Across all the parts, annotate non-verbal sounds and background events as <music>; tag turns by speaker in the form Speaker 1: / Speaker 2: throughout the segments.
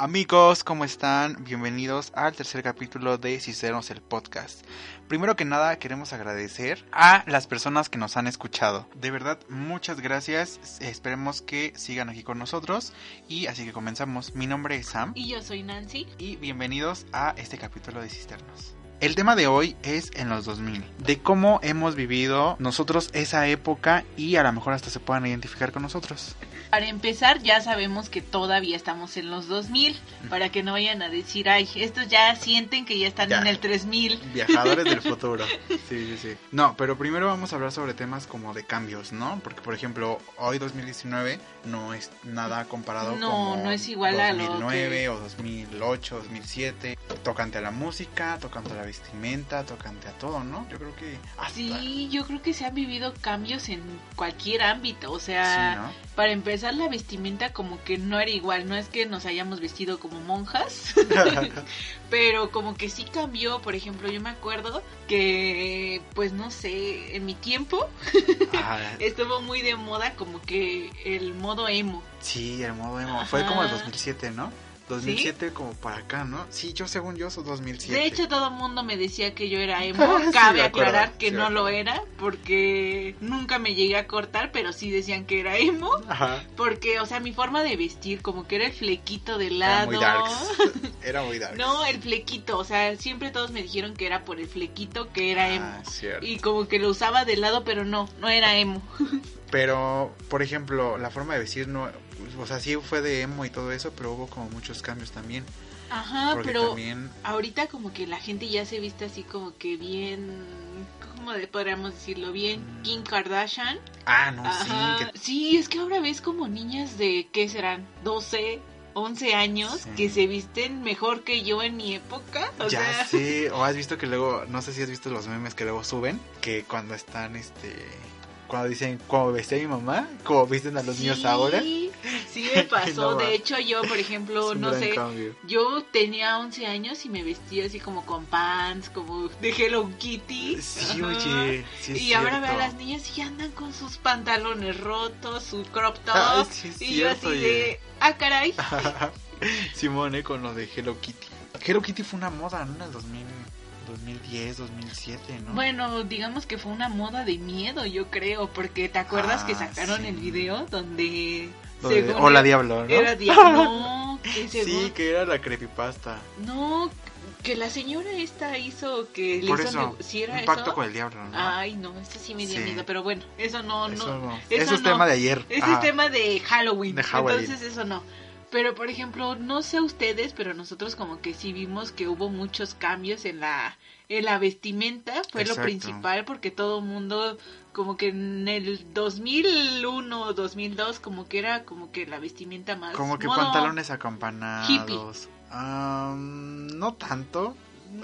Speaker 1: Amigos, ¿cómo están? Bienvenidos al tercer capítulo de Ciceros el Podcast. Primero que nada, queremos agradecer a las personas que nos han escuchado. De verdad, muchas gracias. Esperemos que sigan aquí con nosotros. Y así que comenzamos. Mi nombre es Sam.
Speaker 2: Y yo soy Nancy.
Speaker 1: Y bienvenidos a este capítulo de Cisternos. El tema de hoy es en los 2000, de cómo hemos vivido nosotros esa época y a lo mejor hasta se puedan identificar con nosotros.
Speaker 2: Para empezar, ya sabemos que todavía estamos en los 2000, para que no vayan a decir, ay, estos ya sienten que ya están
Speaker 1: Ya.
Speaker 2: en el 3000.
Speaker 1: Viajadores
Speaker 2: <laughs>
Speaker 1: del futuro. Sí, sí, sí. No, pero primero vamos a hablar sobre temas como de cambios, ¿no? Porque, por ejemplo, hoy 2019 no es nada comparado
Speaker 2: No,
Speaker 1: como
Speaker 2: no es igual a lo
Speaker 1: 2009
Speaker 2: que-
Speaker 1: o 2008, 2007. Tocante a la música, tocante a la vestimenta, tocante a todo, ¿no? Yo creo que hasta...
Speaker 2: Sí, yo creo que se han vivido cambios en cualquier ámbito, o sea,
Speaker 1: Sí,
Speaker 2: <laughs>
Speaker 1: ¿no?
Speaker 2: para empezar la vestimenta como que no era igual, no es que nos hayamos vestido como monjas, <laughs> pero como que sí cambió, por ejemplo, yo me acuerdo que, pues no sé, en mi tiempo
Speaker 1: Ah,
Speaker 2: estuvo muy de moda como que el modo emo.
Speaker 1: Sí, el modo emo. Fue como el
Speaker 2: Ajá.
Speaker 1: 2007, ¿no? 2007 como para acá, ¿no? Sí, yo según yo soy 2007.
Speaker 2: De hecho, todo el mundo me decía que yo
Speaker 1: <laughs>
Speaker 2: era emo.
Speaker 1: Sí,
Speaker 2: Cabe
Speaker 1: me acuerdo,
Speaker 2: aclarar que
Speaker 1: sí, me
Speaker 2: no
Speaker 1: acuerdo.
Speaker 2: lo era, porque nunca me llegué a cortar, pero sí decían que era emo.
Speaker 1: Ajá.
Speaker 2: Porque, o sea, mi forma de vestir, como que era el flequito de
Speaker 1: Era
Speaker 2: lado.
Speaker 1: muy darks. Era muy darks.
Speaker 2: No, el flequito, o sea, siempre todos me dijeron que era por el flequito que era emo.
Speaker 1: Ah, cierto.
Speaker 2: Em, Y como que lo usaba de lado, pero no, no era emo.
Speaker 1: Pero, por ejemplo, la forma de vestir no... O sea, sí fue de emo y todo eso, pero hubo como muchos cambios también.
Speaker 2: Ajá,
Speaker 1: porque
Speaker 2: Ah, pero
Speaker 1: también...
Speaker 2: ahorita como que la gente ya se viste así como que bien, ¿cómo de- podríamos decirlo? Bien,
Speaker 1: Mm.
Speaker 2: Kim Kardashian.
Speaker 1: Ah, no,
Speaker 2: Ajá.
Speaker 1: sí.
Speaker 2: Sí,
Speaker 1: que-
Speaker 2: es que ahora ves como niñas de, ¿qué serán? 12, 11 años
Speaker 1: Sí.
Speaker 2: que se visten mejor que yo en mi época. <laughs> O
Speaker 1: ya
Speaker 2: sea,
Speaker 1: sé, o has visto que luego, no sé si has visto los memes que luego suben, que cuando están, este, cuando dicen, como vestía mi mamá, como visten a los niños
Speaker 2: sí,
Speaker 1: ahora, <laughs>
Speaker 2: Sí, me pasó.
Speaker 1: No va.
Speaker 2: de hecho, yo, por ejemplo,
Speaker 1: Es un
Speaker 2: no
Speaker 1: gran
Speaker 2: sé,
Speaker 1: cambio.
Speaker 2: yo tenía 11 años y me vestía así como con pants, como de Hello Kitty.
Speaker 1: Sí,
Speaker 2: Ajá.
Speaker 1: oye, sí es
Speaker 2: Y ahora veo a
Speaker 1: cierto.
Speaker 2: las niñas y andan con sus pantalones rotos, su crop top.
Speaker 1: Ah, sí es
Speaker 2: y yo así
Speaker 1: cierto, oye.
Speaker 2: de, ah, caray.
Speaker 1: Simone con lo de Hello Kitty. Hello Kitty fue una moda, ¿no? En el 2000, 2010, 2007, ¿no?
Speaker 2: Bueno, digamos que fue una moda de miedo, yo creo, porque ¿te acuerdas
Speaker 1: Ah,
Speaker 2: que sacaron
Speaker 1: sí.
Speaker 2: el video donde,
Speaker 1: Lo de-
Speaker 2: según
Speaker 1: Hola
Speaker 2: era-
Speaker 1: Diablo, ¿no? <laughs>
Speaker 2: era diablo, no, que
Speaker 1: Sí,
Speaker 2: según-
Speaker 1: que era la creepypasta.
Speaker 2: no, que la señora esta hizo que le
Speaker 1: Por
Speaker 2: hizo
Speaker 1: eso,
Speaker 2: ne- si era
Speaker 1: un pacto
Speaker 2: eso.
Speaker 1: con el diablo, ¿no?
Speaker 2: Ay, no, esto sí me dio
Speaker 1: Sí.
Speaker 2: miedo, pero bueno, eso no,
Speaker 1: eso
Speaker 2: no.
Speaker 1: no. Eso,
Speaker 2: eso
Speaker 1: es
Speaker 2: no.
Speaker 1: tema de ayer.
Speaker 2: Ese
Speaker 1: Ajá.
Speaker 2: es tema de Halloween,
Speaker 1: De Halloween.
Speaker 2: entonces eso no. Pero por ejemplo, no sé ustedes, pero nosotros como que sí vimos que hubo muchos cambios en la en la vestimenta, fue
Speaker 1: Exacto.
Speaker 2: lo principal porque todo mundo como que en el 2001 o 2002 como que era como que la vestimenta más
Speaker 1: Como que
Speaker 2: modo-
Speaker 1: pantalones acampanados. Ah, no tanto.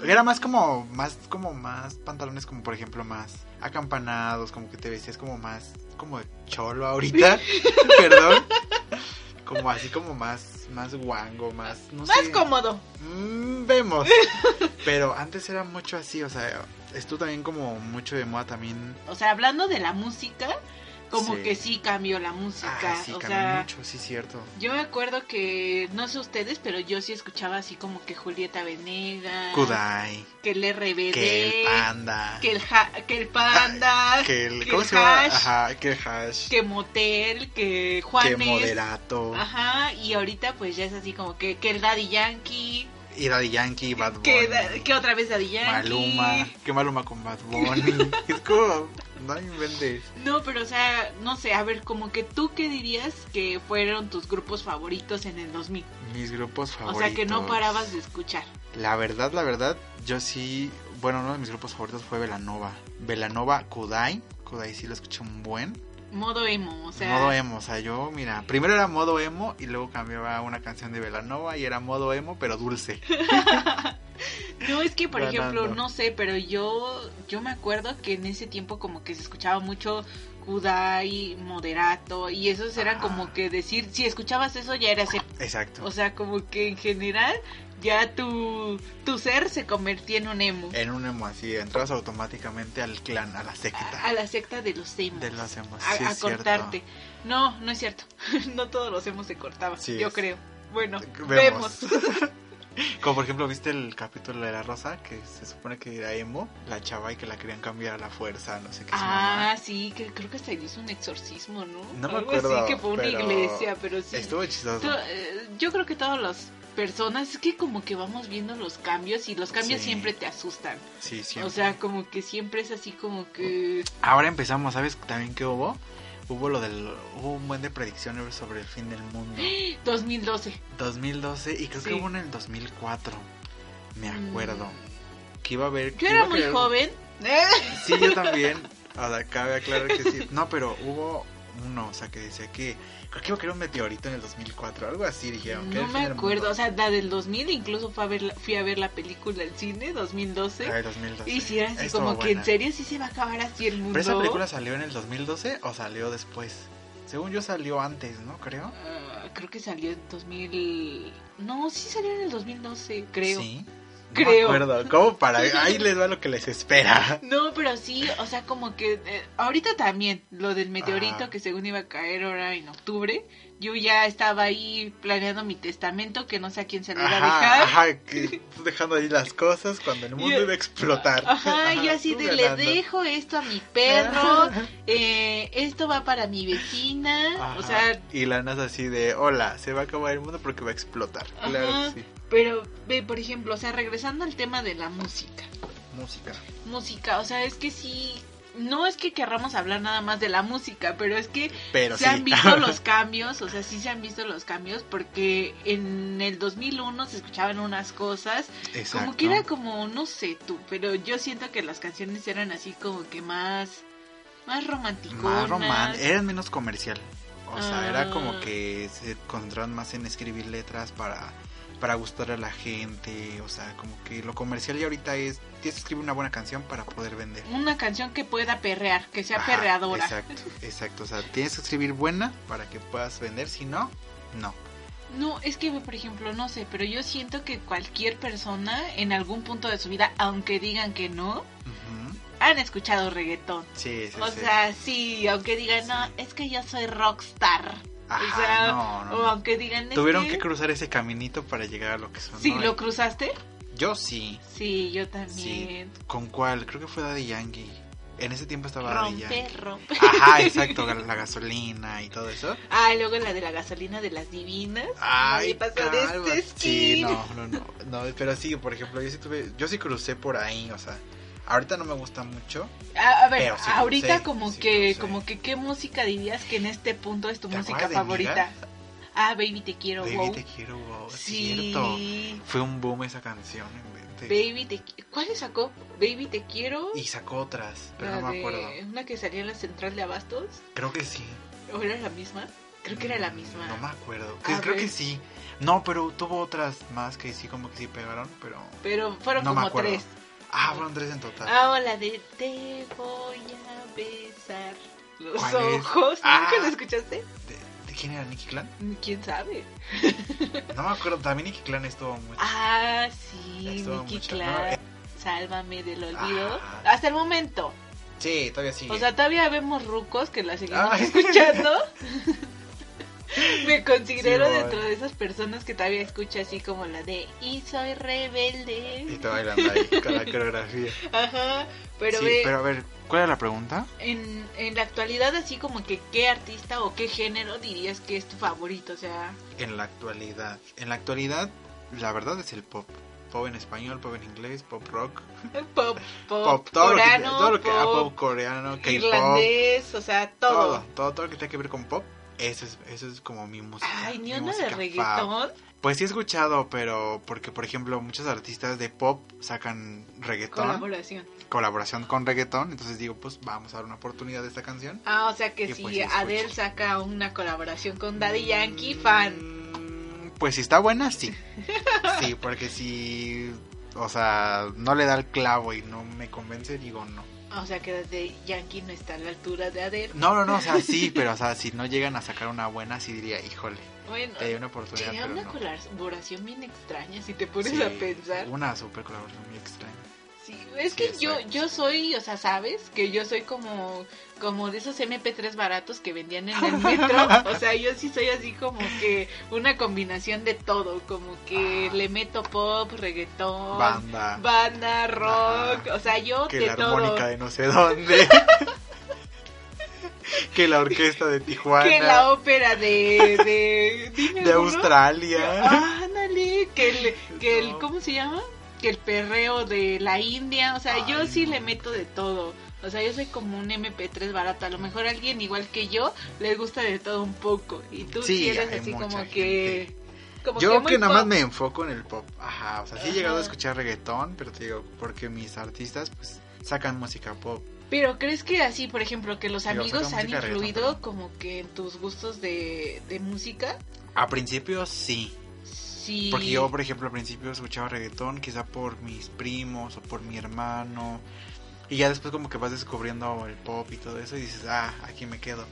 Speaker 1: Era más como, más, como más pantalones, como por ejemplo, más acampanados, como que te vestías como más, como de cholo
Speaker 2: <laughs>
Speaker 1: ahorita, <laughs> perdón. Como así como más, más guango, más, no
Speaker 2: más
Speaker 1: sé.
Speaker 2: cómodo.
Speaker 1: Mm,
Speaker 2: <laughs>
Speaker 1: vemos. Pero antes era mucho así, o sea, esto también como mucho de moda también.
Speaker 2: O sea, hablando de la música, como
Speaker 1: Sí.
Speaker 2: que sí cambió la música,
Speaker 1: Ah, sí,
Speaker 2: o
Speaker 1: cambió
Speaker 2: sea,
Speaker 1: mucho, sí, cierto.
Speaker 2: Yo me acuerdo que, no sé ustedes, pero yo sí escuchaba así como que Julieta Venegas,
Speaker 1: Kudai,
Speaker 2: ah, que el RBD,
Speaker 1: que el panda,
Speaker 2: que el, ja- que el Panda,
Speaker 1: <laughs> que el,
Speaker 2: que
Speaker 1: ¿cómo
Speaker 2: el
Speaker 1: se llama?
Speaker 2: hash.
Speaker 1: Ajá, que el hash,
Speaker 2: que Motel, que
Speaker 1: que
Speaker 2: Juanes. ah,
Speaker 1: moderato,
Speaker 2: Ajá, y ahorita pues ya es así como que, que el Daddy Yankee,
Speaker 1: y Daddy Yankee, Bad Bunny,
Speaker 2: que, da- que otra vez Daddy Yankee.
Speaker 1: Maluma, que Maluma con Bad
Speaker 2: <laughs>
Speaker 1: Bunny, es como, no inventes.
Speaker 2: No, pero o sea, no sé, a ver, como que tú qué dirías que fueron tus grupos favoritos en el 2000,
Speaker 1: Mis grupos
Speaker 2: o
Speaker 1: favoritos.
Speaker 2: sea, que no parabas de escuchar.
Speaker 1: La verdad, la verdad, yo sí. Bueno, uno de mis grupos favoritos fue Velanova. Velanova Kudai. Kudai sí lo escuché un buen.
Speaker 2: Modo emo, o sea...
Speaker 1: modo emo, o sea, yo, mira, primero era modo emo y luego cambiaba una canción de Velanova y era modo emo, pero dulce.
Speaker 2: No, es que por
Speaker 1: Ganando.
Speaker 2: ejemplo, no sé, pero yo yo me acuerdo que en ese tiempo como que se escuchaba mucho Kudai, Moderato y esos eran
Speaker 1: Ajá.
Speaker 2: como que decir, si escuchabas eso ya eras emo.
Speaker 1: Exacto.
Speaker 2: o sea, como que en general ya tu, tu ser se convertía en un emo.
Speaker 1: En un emo así, entras automáticamente al clan, a la secta.
Speaker 2: A, a la secta de los emos.
Speaker 1: De los emos,
Speaker 2: A,
Speaker 1: sí
Speaker 2: a
Speaker 1: es cierto.
Speaker 2: cortarte. No, no es cierto. <laughs> no todos los emos se cortaban,
Speaker 1: Sí
Speaker 2: yo
Speaker 1: es.
Speaker 2: creo. Bueno,
Speaker 1: Vemos. <laughs>
Speaker 2: <laughs> vemos.
Speaker 1: Como por ejemplo, ¿viste el capítulo de la rosa? Que se supone que era emo, la chava y que la querían cambiar a la fuerza, no sé qué. su mamá.
Speaker 2: Ah, sí, que, creo que hasta hizo un exorcismo, ¿no?
Speaker 1: No me
Speaker 2: Algo
Speaker 1: acuerdo,
Speaker 2: así que fue una
Speaker 1: pero
Speaker 2: iglesia, pero sí.
Speaker 1: Estuvo chistoso.
Speaker 2: To- eh, yo creo que todas las personas, es que como que vamos viendo los cambios y los cambios
Speaker 1: Sí.
Speaker 2: siempre te asustan.
Speaker 1: Sí, siempre.
Speaker 2: O sea, como que siempre es así como que...
Speaker 1: Ahora empezamos, ¿sabes también qué hubo? Hubo lo del hubo un buen de predicciones sobre el fin del
Speaker 2: <gasps>
Speaker 1: mundo.
Speaker 2: 2012.
Speaker 1: 2012 y creo
Speaker 2: Sí.
Speaker 1: que hubo una en el 2004. Me
Speaker 2: Mm.
Speaker 1: acuerdo. Que iba a haber que
Speaker 2: Yo
Speaker 1: iba
Speaker 2: era
Speaker 1: a
Speaker 2: muy
Speaker 1: haber-
Speaker 2: joven.
Speaker 1: Sí, yo
Speaker 2: <laughs>
Speaker 1: también. O sea, cabe aclarar que sí. No, pero hubo uno, o sea, que decía que creo que iba a caer un meteorito en el 2004, algo así
Speaker 2: <laughs>
Speaker 1: dijeron. que era
Speaker 2: No
Speaker 1: el
Speaker 2: me
Speaker 1: fin del
Speaker 2: acuerdo,
Speaker 1: mundo.
Speaker 2: o sea, la del 2000 incluso fui a ver la, fui a ver la película al cine, 2012.
Speaker 1: La de 2012.
Speaker 2: y si era así
Speaker 1: Estuvo
Speaker 2: como que en
Speaker 1: buena.
Speaker 2: serio sí se va a acabar así el mundo.
Speaker 1: Pero esa película salió en el 2012 o salió después? Según yo salió antes, ¿no? Creo.
Speaker 2: Ah, creo que salió en 2000... No, sí salió en el 2012, creo.
Speaker 1: Sí.
Speaker 2: Creo.
Speaker 1: No me acuerdo. ¿Cómo
Speaker 2: <laughs>
Speaker 1: para? Ahí les va lo que les espera.
Speaker 2: No, pero sí, o sea, como que eh, ahorita también lo del meteorito
Speaker 1: Ajá.
Speaker 2: que según iba a caer ahora en octubre, yo ya estaba ahí planeando mi testamento que no sé a quién se lo iba a
Speaker 1: Ajá,
Speaker 2: dejar.
Speaker 1: ajá, que tú dejando ahí las cosas cuando el mundo
Speaker 2: Y-
Speaker 1: iba a explotar.
Speaker 2: Ajá, yo así
Speaker 1: tú
Speaker 2: de
Speaker 1: ganando.
Speaker 2: le dejo esto a mi perro, eh, esto va para mi vecina,
Speaker 1: Ajá,
Speaker 2: o sea,
Speaker 1: y la NASA así de, hola, se va a acabar el mundo porque va a explotar. Claro
Speaker 2: Ajá.
Speaker 1: que sí.
Speaker 2: pero ve, por ejemplo, o sea, regresando al tema de la música.
Speaker 1: Música.
Speaker 2: Música, o sea, es que sí, no es que querramos hablar nada más de la música, pero es que
Speaker 1: Pero
Speaker 2: se
Speaker 1: sí. ah, <laughs>
Speaker 2: han visto los cambios, o sea, sí se han visto los cambios porque en el 2001 se escuchaban unas cosas,
Speaker 1: Exacto.
Speaker 2: como que era como, no sé tú, pero yo siento que las canciones eran así como que más, más románticas.
Speaker 1: Más román- eh. era menos comercial. O sea, era
Speaker 2: Ah.
Speaker 1: como que se concentraban más en escribir letras para, para gustar a la gente. O sea, como que lo comercial ya ahorita es, tienes que escribir una buena canción para poder vender.
Speaker 2: Una canción que pueda perrear, que sea
Speaker 1: Ajá,
Speaker 2: perreadora.
Speaker 1: Exacto, exacto. O sea, tienes que escribir buena para que puedas vender, si no, no.
Speaker 2: No, es que, por ejemplo, no sé, pero yo siento que cualquier persona en algún punto de su vida, aunque digan que no,
Speaker 1: Ujú.
Speaker 2: han escuchado reggaetón.
Speaker 1: Sí, sí,
Speaker 2: O
Speaker 1: sí.
Speaker 2: sea, sí, aunque digan, no, es que yo soy rockstar.
Speaker 1: Ajá,
Speaker 2: o sea,
Speaker 1: no, no,
Speaker 2: O
Speaker 1: no.
Speaker 2: aunque digan "Es
Speaker 1: Tuvieron que cruzar ese caminito para llegar a lo que son.
Speaker 2: Sí,
Speaker 1: hoy.
Speaker 2: ¿lo cruzaste?
Speaker 1: Yo sí.
Speaker 2: Sí, yo también.
Speaker 1: ¿Con cuál? Creo que fue Daddy Yankee. En ese tiempo estaba Daddy
Speaker 2: Rompe,
Speaker 1: Yankee.
Speaker 2: rompe. <laughs>
Speaker 1: Ajá, exacto, la gasolina y todo eso.
Speaker 2: Ah, y luego la de la gasolina de las divinas.
Speaker 1: Ay,
Speaker 2: Ay, pasó de
Speaker 1: cálmate.
Speaker 2: este
Speaker 1: Sí,
Speaker 2: skin.
Speaker 1: no, no, no, no, pero sí, por ejemplo, yo sí tuve, yo sí crucé por ahí, o sea, ahorita no me gusta mucho,
Speaker 2: A, a ver,
Speaker 1: Pero sí
Speaker 2: ahorita
Speaker 1: crucé,
Speaker 2: como
Speaker 1: sí
Speaker 2: que,
Speaker 1: crucé.
Speaker 2: como que, ¿qué música dirías que en este punto es tu
Speaker 1: ¿Te
Speaker 2: música
Speaker 1: acuerdas de
Speaker 2: favorita? Ah, Baby Te Quiero,
Speaker 1: Baby
Speaker 2: wow.
Speaker 1: te quiero, wow, es
Speaker 2: sí.
Speaker 1: cierto. Fue un boom esa canción, invente.
Speaker 2: Baby Te Qui- ¿Cuál sacó? Baby Te Quiero.
Speaker 1: Y sacó otras, pero
Speaker 2: la
Speaker 1: no me
Speaker 2: de-
Speaker 1: acuerdo.
Speaker 2: Una que salía en la central de Abastos.
Speaker 1: Creo que sí.
Speaker 2: ¿O era la misma? Creo que era la misma.
Speaker 1: No me acuerdo.
Speaker 2: A
Speaker 1: Que- creo
Speaker 2: ver.
Speaker 1: que sí. No, pero tuvo otras más que sí, como que sí pegaron, pero.
Speaker 2: Pero fueron
Speaker 1: No me
Speaker 2: como
Speaker 1: acuerdo.
Speaker 2: tres.
Speaker 1: Ah, fueron tres en total.
Speaker 2: Ah, o la de te voy a besar los
Speaker 1: ¿Cuál es?
Speaker 2: ojos.
Speaker 1: Ah.
Speaker 2: ¿Nunca la escuchaste?
Speaker 1: ¿De, de quién era Nicky Clan?
Speaker 2: ¿Quién sabe?
Speaker 1: No me acuerdo. También Nicky Clan estuvo muy.
Speaker 2: Ah, sí,
Speaker 1: Estuvo
Speaker 2: Nicky
Speaker 1: mucho,
Speaker 2: Clark.
Speaker 1: ¿no? Eh.
Speaker 2: Sálvame del olvido.
Speaker 1: Ah.
Speaker 2: Hasta el momento.
Speaker 1: Sí, Ah. todavía sigue.
Speaker 2: O sea, todavía vemos rucos que la seguimos
Speaker 1: Ay. <laughs>
Speaker 2: escuchando. Me considero
Speaker 1: Sí, voy.
Speaker 2: dentro de esas personas que todavía escucha así como la de Y soy
Speaker 1: Y
Speaker 2: rebelde.
Speaker 1: te bailando ahí con la coreografía.
Speaker 2: Ajá. <laughs> Pero
Speaker 1: sí,
Speaker 2: ve,
Speaker 1: pero a ver, ¿cuál era la pregunta?
Speaker 2: En, en la actualidad, así como que qué artista o qué género dirías que es tu favorito, o sea,
Speaker 1: En la actualidad. En la actualidad, la verdad es el pop. Pop en español, pop en inglés, pop rock,
Speaker 2: pop, pop,
Speaker 1: pop, todo lo que-
Speaker 2: coreano,
Speaker 1: todo lo que, ah,
Speaker 2: pop,
Speaker 1: pop coreano, K-pop,
Speaker 2: irlandés, o sea,
Speaker 1: todo,
Speaker 2: todo.
Speaker 1: todo, todo lo que tenga que ver con pop, eso es, eso es como mi música.
Speaker 2: Ay,
Speaker 1: mi
Speaker 2: ni una de
Speaker 1: música fab.
Speaker 2: reggaetón,
Speaker 1: Pues sí he escuchado, pero porque por ejemplo muchos artistas de pop sacan reggaetón,
Speaker 2: colaboración.
Speaker 1: colaboración con reggaetón, entonces digo, pues vamos a dar una oportunidad a esta canción.
Speaker 2: Ah, o sea que
Speaker 1: Y
Speaker 2: si
Speaker 1: pues sí, escucho.
Speaker 2: Adele saca una colaboración con Daddy Yankee, fan.
Speaker 1: Mm, Pues si está buena, sí. <laughs> Sí, porque si, o sea, no le da el clavo y no me convence, digo no.
Speaker 2: O sea, que de Yankee no está a la altura de Adele.
Speaker 1: No, no, no, o sea, sí, pero o sea, si no llegan a sacar una buena, sí diría, híjole,
Speaker 2: Bueno,
Speaker 1: te dio una oportunidad.
Speaker 2: sería
Speaker 1: Eh, pero
Speaker 2: una
Speaker 1: no.
Speaker 2: colaboración bien extraña si te pones
Speaker 1: Sí,
Speaker 2: a pensar.
Speaker 1: Una super colaboración muy extraña.
Speaker 2: Sí, es
Speaker 1: Sí,
Speaker 2: que
Speaker 1: es
Speaker 2: yo
Speaker 1: verdad.
Speaker 2: yo soy, o sea, sabes que yo soy como como de esos MP3 baratos que vendían en
Speaker 1: <laughs>
Speaker 2: el metro, o sea, yo sí soy así como que una combinación de todo, como que
Speaker 1: Ah.
Speaker 2: le meto pop, reggaetón,
Speaker 1: Banda.
Speaker 2: banda, rock,
Speaker 1: Ajá.
Speaker 2: o sea, yo
Speaker 1: que
Speaker 2: de
Speaker 1: la
Speaker 2: todo.
Speaker 1: armónica de no sé dónde. que la orquesta de Tijuana.
Speaker 2: Que la ópera de
Speaker 1: <laughs>
Speaker 2: de dime
Speaker 1: de
Speaker 2: uno.
Speaker 1: Australia.
Speaker 2: Ándale,
Speaker 1: <laughs>
Speaker 2: que el que el
Speaker 1: No.
Speaker 2: ¿cómo se llama? Que el perreo de la India, o sea,
Speaker 1: Ay,
Speaker 2: yo sí
Speaker 1: no.
Speaker 2: le meto de todo. O sea, yo soy como un MP3 barato. A lo mejor a alguien igual que yo le gusta de todo un poco. Y tú
Speaker 1: Sí,
Speaker 2: sí, eres
Speaker 1: hay
Speaker 2: así
Speaker 1: mucha
Speaker 2: como que, como
Speaker 1: Yo
Speaker 2: muy
Speaker 1: que nada más
Speaker 2: pop.
Speaker 1: me enfoco en el pop. Ajá, o sea, sí he llegado a
Speaker 2: Ajá.
Speaker 1: escuchar reggaetón, pero te digo, porque mis artistas pues sacan música pop.
Speaker 2: Pero crees que así, por ejemplo, que los
Speaker 1: Digo,
Speaker 2: amigos
Speaker 1: saca
Speaker 2: han
Speaker 1: música de reggaetón,
Speaker 2: influido
Speaker 1: pero-
Speaker 2: como que en tus gustos de, de música?
Speaker 1: A principio sí,
Speaker 2: Sí.
Speaker 1: porque yo por ejemplo al principio escuchaba reggaetón quizá por mis primos o por mi hermano. Y ya después como que vas descubriendo el pop y todo eso y dices, ah, aquí me quedo.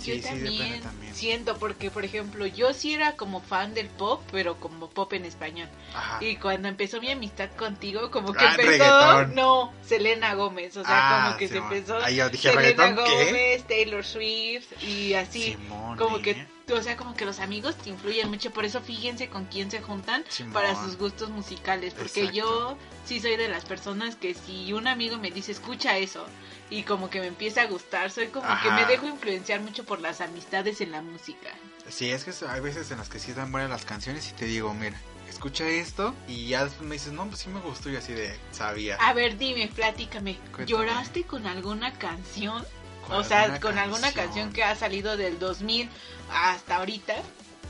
Speaker 1: Sí, sí,
Speaker 2: yo también,
Speaker 1: depende también.
Speaker 2: siento porque, por ejemplo, yo sí era como fan del pop, pero como pop en español.
Speaker 1: Ajá.
Speaker 2: Y cuando empezó mi amistad contigo, como que
Speaker 1: Ah,
Speaker 2: empezó,
Speaker 1: reggaetón.
Speaker 2: no, Selena Gómez, o sea,
Speaker 1: Ah,
Speaker 2: como que se
Speaker 1: Simón.
Speaker 2: empezó
Speaker 1: Ahí yo dije,
Speaker 2: Selena
Speaker 1: ¿reggaetón qué?
Speaker 2: Gómez, Taylor Swift y así.
Speaker 1: Simón,
Speaker 2: Como que,
Speaker 1: ¿eh?
Speaker 2: o sea, como que los amigos te influyen mucho, por eso fíjense con quién se juntan
Speaker 1: Simón.
Speaker 2: para sus gustos musicales, porque
Speaker 1: Exacto.
Speaker 2: yo sí soy de las personas que si un amigo me dice escucha eso y como que me empieza a gustar, soy como que
Speaker 1: Ajá.
Speaker 2: me dejo influenciar mucho por las amistades en la música.
Speaker 1: Sí, es que hay veces en las que sí están buenas las canciones y te digo, mira, escucha esto y ya después me dices, no, pues sí me gustó y así de, sabía.
Speaker 2: A ver, dime, platícame,
Speaker 1: Cuéntame.
Speaker 2: ¿lloraste con alguna canción?
Speaker 1: Con
Speaker 2: O sea,
Speaker 1: alguna
Speaker 2: con alguna canción que ha salido del 2000 hasta ahorita.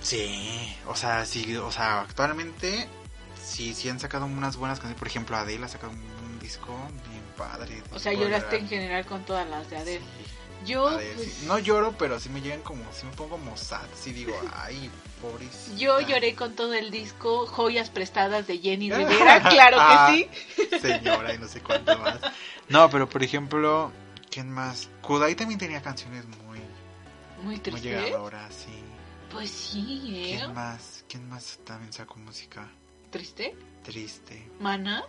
Speaker 1: Sí, o sea, sí, o sea, actualmente sí, sí han sacado unas buenas canciones. Por ejemplo, Adele ha sacado un disco bien padre.
Speaker 2: O sea, lloraste en general con todas las de Adele.
Speaker 1: Adele.
Speaker 2: Yo,
Speaker 1: Adele, sí.
Speaker 2: pues,
Speaker 1: No lloro, pero sí me llegan como, sí me pongo como sad, sí
Speaker 2: <laughs>
Speaker 1: digo, ay, pobrecita.
Speaker 2: Yo lloré con todo el disco Joyas prestadas de
Speaker 1: <laughs>
Speaker 2: Jenny Rivera, claro que
Speaker 1: Ah.
Speaker 2: sí.
Speaker 1: señora y no sé cuánto más. No, pero por ejemplo, ¿quién más? Kudai también tenía canciones muy,
Speaker 2: Muy
Speaker 1: muy
Speaker 2: triste.
Speaker 1: llegadoras, sí.
Speaker 2: Pues sí, ¿eh?
Speaker 1: ¿Quién más? ¿Quién más también sacó música
Speaker 2: ¿Triste?
Speaker 1: triste?
Speaker 2: ¿Mana?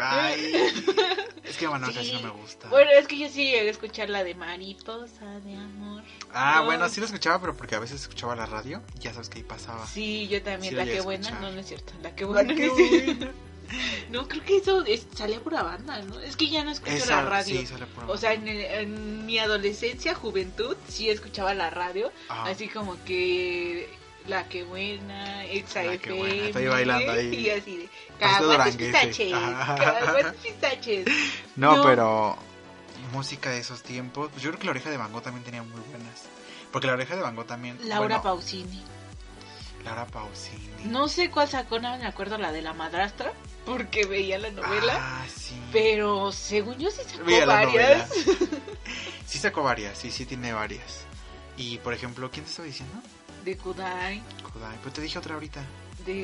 Speaker 1: Ay,
Speaker 2: <laughs>
Speaker 1: es que bueno, casi
Speaker 2: Sí.
Speaker 1: no me gusta.
Speaker 2: Bueno, es que yo sí llegué a escuchar la de Mariposa de Amor.
Speaker 1: ah,
Speaker 2: no.
Speaker 1: bueno, sí lo escuchaba, pero porque a veces escuchaba la radio, y ya sabes que ahí pasaba.
Speaker 2: Sí, yo también.
Speaker 1: Ah, Sí, la
Speaker 2: la
Speaker 1: llegué
Speaker 2: que
Speaker 1: a
Speaker 2: buena,
Speaker 1: escuchar.
Speaker 2: no, no es cierto. La que
Speaker 1: Ay,
Speaker 2: buena,
Speaker 1: qué
Speaker 2: no es cierto.
Speaker 1: buena.
Speaker 2: <laughs> No, creo que eso es- salía pura banda, ¿no? Es que ya no escucho
Speaker 1: Esa,
Speaker 2: la radio.
Speaker 1: sí, sale por
Speaker 2: O sea, en, el- en mi adolescencia, juventud, sí escuchaba la radio.
Speaker 1: Ah,
Speaker 2: Así como que la que buena, exa
Speaker 1: La que buena,
Speaker 2: FM,
Speaker 1: estoy bailando ahí.
Speaker 2: Y así de
Speaker 1: Parece
Speaker 2: caguates
Speaker 1: duranguense.
Speaker 2: pistaches,
Speaker 1: Ajá.
Speaker 2: caguates
Speaker 1: <laughs>
Speaker 2: pistaches.
Speaker 1: no,
Speaker 2: no.
Speaker 1: pero música de esos tiempos, pues yo creo que la oreja de Van Gogh también tenía muy buenas. Porque la oreja de Van Gogh también.
Speaker 2: Laura
Speaker 1: bueno,
Speaker 2: Pausini.
Speaker 1: Laura Pausini.
Speaker 2: No sé cuál sacó, nada más me acuerdo la de la madrastra, porque veía la novela.
Speaker 1: Ah, sí.
Speaker 2: Pero según yo sí sacó
Speaker 1: Veía la
Speaker 2: varias.
Speaker 1: novela. <laughs> Sí sacó varias, sí, sí tiene varias. Y por ejemplo, ¿quién te estaba diciendo?
Speaker 2: De Kudai,
Speaker 1: Kodai, pero te dije otra ahorita.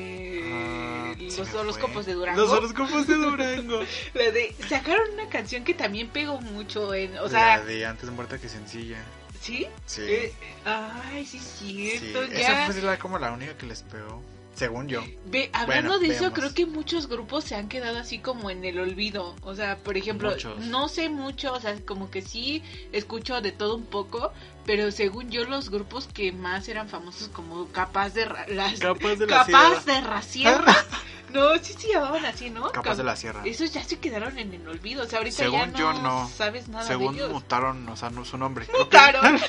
Speaker 2: de
Speaker 1: Ah, se
Speaker 2: Eh, los
Speaker 1: me
Speaker 2: horóscopos
Speaker 1: fue.
Speaker 2: de Durango.
Speaker 1: Los horóscopos de Durango.
Speaker 2: La de, sacaron una canción que también pegó mucho en, <laughs> o sea,
Speaker 1: La de antes muerta que sencilla.
Speaker 2: ¿sí?
Speaker 1: Sí.
Speaker 2: Eh, ay, sí
Speaker 1: sí.
Speaker 2: es cierto, ya.
Speaker 1: Esa fue la- como la única que les pegó. Según yo.
Speaker 2: Ve, hablando
Speaker 1: Bueno,
Speaker 2: de eso,
Speaker 1: veamos.
Speaker 2: creo que muchos grupos se han quedado así como en el olvido. O sea, por ejemplo,
Speaker 1: Muchos.
Speaker 2: no sé mucho, o sea, como que sí escucho de todo un poco, pero según yo los grupos que más eran famosos como Capaz de Ra- las
Speaker 1: Capaz de Ah.
Speaker 2: Capaz de Raciera. <laughs> No, sí se llamaban así, ¿no?
Speaker 1: Capaz de
Speaker 2: Cap-
Speaker 1: la Sierra.
Speaker 2: Esos ya se quedaron en el olvido. O sea, ahorita ya
Speaker 1: Según
Speaker 2: no,
Speaker 1: yo, no.
Speaker 2: sabes nada
Speaker 1: Según
Speaker 2: de ellos. Mm,
Speaker 1: mutaron, o sea, no su nombre. Creo que- <laughs>
Speaker 2: Mutaron.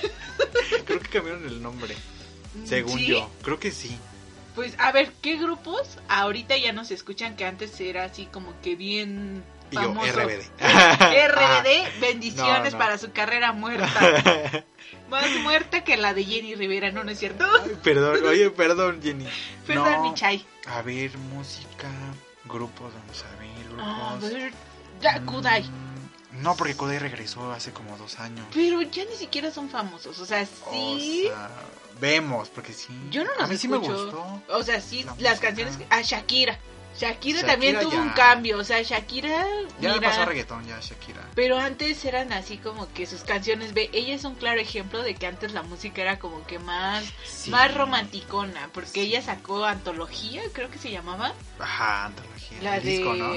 Speaker 1: Creo que <laughs> cambiaron el nombre. Según
Speaker 2: Sí,
Speaker 1: yo. Creo que sí.
Speaker 2: Pues a ver, ¿qué grupos ahorita ya nos escuchan que antes era así como que bien
Speaker 1: Y yo,
Speaker 2: famoso?
Speaker 1: RBD. <laughs>
Speaker 2: RBD, bendiciones
Speaker 1: No, no.
Speaker 2: para su
Speaker 1: <laughs>
Speaker 2: carrera muerta.
Speaker 1: Ah.
Speaker 2: Más muerta que la de Jenny Rivera, ¿no, no es cierto?
Speaker 1: Ay, perdón, oye, perdón, Jenny.
Speaker 2: Perdón,
Speaker 1: No.
Speaker 2: mi chay.
Speaker 1: A ver, música, grupos, vamos a ver, grupos.
Speaker 2: A ver, Ah, ya,
Speaker 1: Mm,
Speaker 2: Kudai.
Speaker 1: No, porque Kudai regresó hace como dos años.
Speaker 2: Pero ya ni siquiera son famosos, o sea, sí.
Speaker 1: O sea, vemos, porque sí.
Speaker 2: Yo no
Speaker 1: A
Speaker 2: los
Speaker 1: mí sí me
Speaker 2: escucho.
Speaker 1: gustó.
Speaker 2: O sea, sí,
Speaker 1: La
Speaker 2: las
Speaker 1: música.
Speaker 2: canciones que- a Shakira. Shakira, también tuvo un cambio, o sea, Shakira...
Speaker 1: Ya le
Speaker 2: mira,
Speaker 1: pasó reggaetón, ya Shakira.
Speaker 2: pero antes eran así como que sus canciones, ve, ella es un claro ejemplo de que antes la música era como que más,
Speaker 1: Sí.
Speaker 2: más romanticona, porque
Speaker 1: Sí.
Speaker 2: ella sacó antología, creo que se llamaba,
Speaker 1: Ajá, antología.
Speaker 2: la
Speaker 1: el
Speaker 2: de,
Speaker 1: disco, ¿no?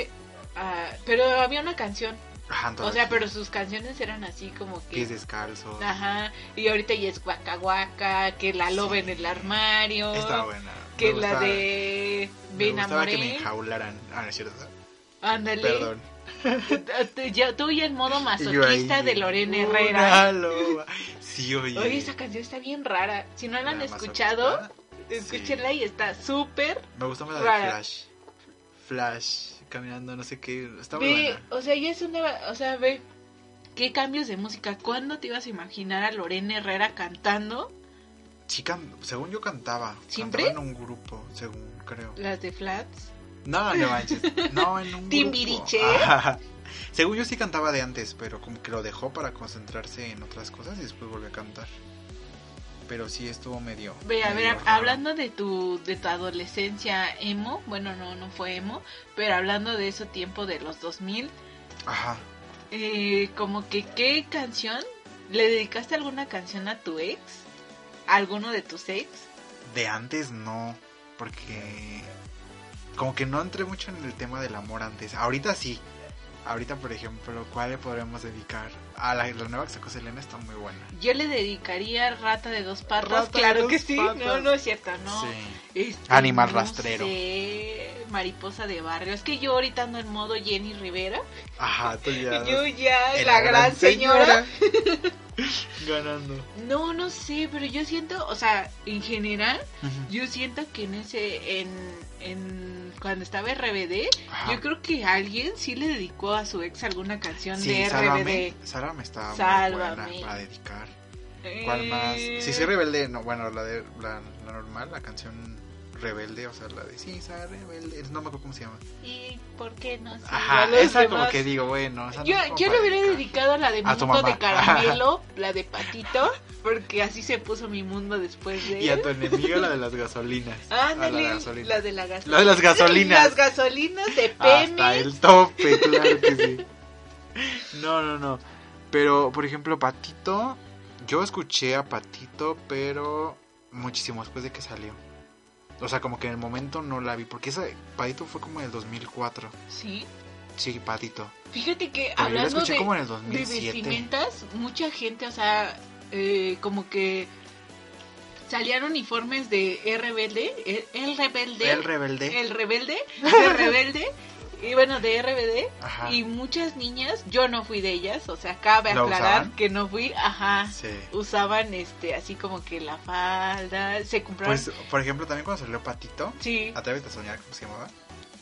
Speaker 2: ah, pero había una canción,
Speaker 1: Ajá,
Speaker 2: o
Speaker 1: antología.
Speaker 2: sea, pero sus canciones eran así como que,
Speaker 1: Pies descalzos.
Speaker 2: ajá, y ahorita ya es guaca guaca, que la loba en el armario,
Speaker 1: Estaba buena.
Speaker 2: que
Speaker 1: Me
Speaker 2: la
Speaker 1: gustaba-
Speaker 2: de, me
Speaker 1: Me gustaba que me
Speaker 2: enamoré,
Speaker 1: enjaularan. Ah, no es cierto.
Speaker 2: ándale, <laughs>
Speaker 1: Perdón.
Speaker 2: Ya, tú ya en modo
Speaker 1: Y yo ahí,
Speaker 2: masoquista de Lorena
Speaker 1: una
Speaker 2: Herrera.
Speaker 1: loba. Sí, oye.
Speaker 2: Oye, esa canción está bien rara. Si no la han
Speaker 1: Era
Speaker 2: escuchado,
Speaker 1: masoquista.
Speaker 2: escúchenla
Speaker 1: Sí.
Speaker 2: y está súper.
Speaker 1: Me gusta más la de
Speaker 2: Rara.
Speaker 1: Flash. Flash, caminando, no sé qué. Está muy
Speaker 2: Ve,
Speaker 1: buena.
Speaker 2: o sea, ya es una. O sea, ve. ¿Qué cambios de música? ¿Cuándo te ibas a imaginar a Lorena Herrera cantando
Speaker 1: Chica, según yo cantaba.
Speaker 2: ¿Siempre?
Speaker 1: Cantaba en un grupo, según creo.
Speaker 2: las de Flats?
Speaker 1: No, no manches. No, en un
Speaker 2: Timbiriche.
Speaker 1: grupo. Ajá. Según yo sí cantaba de antes, pero como que lo dejó para concentrarse en otras cosas y después volvió a cantar. Pero sí estuvo medio.
Speaker 2: Ve, a
Speaker 1: medio
Speaker 2: ver,
Speaker 1: raro.
Speaker 2: hablando de tu, de tu adolescencia emo, bueno, no, no fue emo, pero hablando de ese tiempo de los 2000,
Speaker 1: Ajá.
Speaker 2: Eh, como que qué canción le dedicaste alguna canción a tu ex, ¿A alguno de tus ex.
Speaker 1: De antes no, porque como que no entré mucho en el tema del amor antes. Ahorita sí. Ahorita, por ejemplo, ¿cuál le podremos dedicar? A la, la nueva que sacó Selena está muy buena.
Speaker 2: Yo le dedicaría Rata de dos patas,
Speaker 1: Rata de
Speaker 2: claro
Speaker 1: dos
Speaker 2: que sí, no,
Speaker 1: patas.
Speaker 2: no es cierto, no.
Speaker 1: Sí.
Speaker 2: Este,
Speaker 1: Animal
Speaker 2: no
Speaker 1: rastrero.
Speaker 2: sé, mariposa de barrio. Es que yo ahorita ando en modo Jenny Rivera.
Speaker 1: Ajá, tú ya.
Speaker 2: Yo ya,
Speaker 1: Era
Speaker 2: la gran señora. <laughs>
Speaker 1: señora. Ganando.
Speaker 2: No, no sé, pero yo siento, o sea, en general, yo siento que en ese, en, en cuando estaba RBD,
Speaker 1: Ajá.
Speaker 2: Yo creo que alguien sí le dedicó a su ex alguna canción
Speaker 1: Sí,
Speaker 2: de
Speaker 1: Sálvame.
Speaker 2: RBD.
Speaker 1: Sálvame está muy
Speaker 2: Sálvame.
Speaker 1: buena para dedicar. ¿Cuál más?
Speaker 2: Eh,
Speaker 1: Si soy rebelde, no, bueno, la de la, la normal, la canción rebelde, o sea, la de sí, soy rebelde, no me acuerdo cómo se llama.
Speaker 2: ¿Y por qué no? sigo a
Speaker 1: Ajá,
Speaker 2: los
Speaker 1: esa como
Speaker 2: demás?
Speaker 1: que digo, bueno, esa no
Speaker 2: Yo,
Speaker 1: es como
Speaker 2: yo le
Speaker 1: para
Speaker 2: hubiera
Speaker 1: dedicar.
Speaker 2: dedicado la de
Speaker 1: A tu
Speaker 2: Mundo de
Speaker 1: mamá. <laughs>
Speaker 2: Caramelo, la de Patito, porque así se puso mi mundo después de...
Speaker 1: Y a tu enemigo la de
Speaker 2: <laughs>
Speaker 1: las gasolinas.
Speaker 2: Ándale,
Speaker 1: A
Speaker 2: la,
Speaker 1: la gasolina.
Speaker 2: de la gasolina.
Speaker 1: La de las gasolinas.
Speaker 2: Las gasolinas de
Speaker 1: Hasta
Speaker 2: PM.
Speaker 1: el
Speaker 2: <laughs>
Speaker 1: tope, claro que sí. No, no, no. Pero, por ejemplo, Patito, yo escuché a Patito, pero muchísimo después de que salió. O sea, como que en el momento no la vi, porque esa Patito fue como en el 2004.
Speaker 2: Sí.
Speaker 1: Sí, Patito.
Speaker 2: Fíjate que
Speaker 1: Pero yo la
Speaker 2: hablando
Speaker 1: escuché
Speaker 2: de...
Speaker 1: como en el
Speaker 2: de
Speaker 1: 2007.
Speaker 2: vestimentas, mucha gente, o sea, eh, como que salían uniformes de El Rebelde, El, El Rebelde,
Speaker 1: El E rebelde.
Speaker 2: El Rebelde, El Rebelde, y bueno, de RBD,
Speaker 1: Ajá.
Speaker 2: y muchas niñas, yo no fui de ellas, o sea, cabe
Speaker 1: ¿La
Speaker 2: aclarar
Speaker 1: usaban?
Speaker 2: que no fui, ajá,
Speaker 1: Sí.
Speaker 2: usaban este, así como que la falda, se compraron,
Speaker 1: Pues, por ejemplo, también cuando salió Patito,
Speaker 2: sí,
Speaker 1: Atrévete a soñar, ¿cómo se llamaba?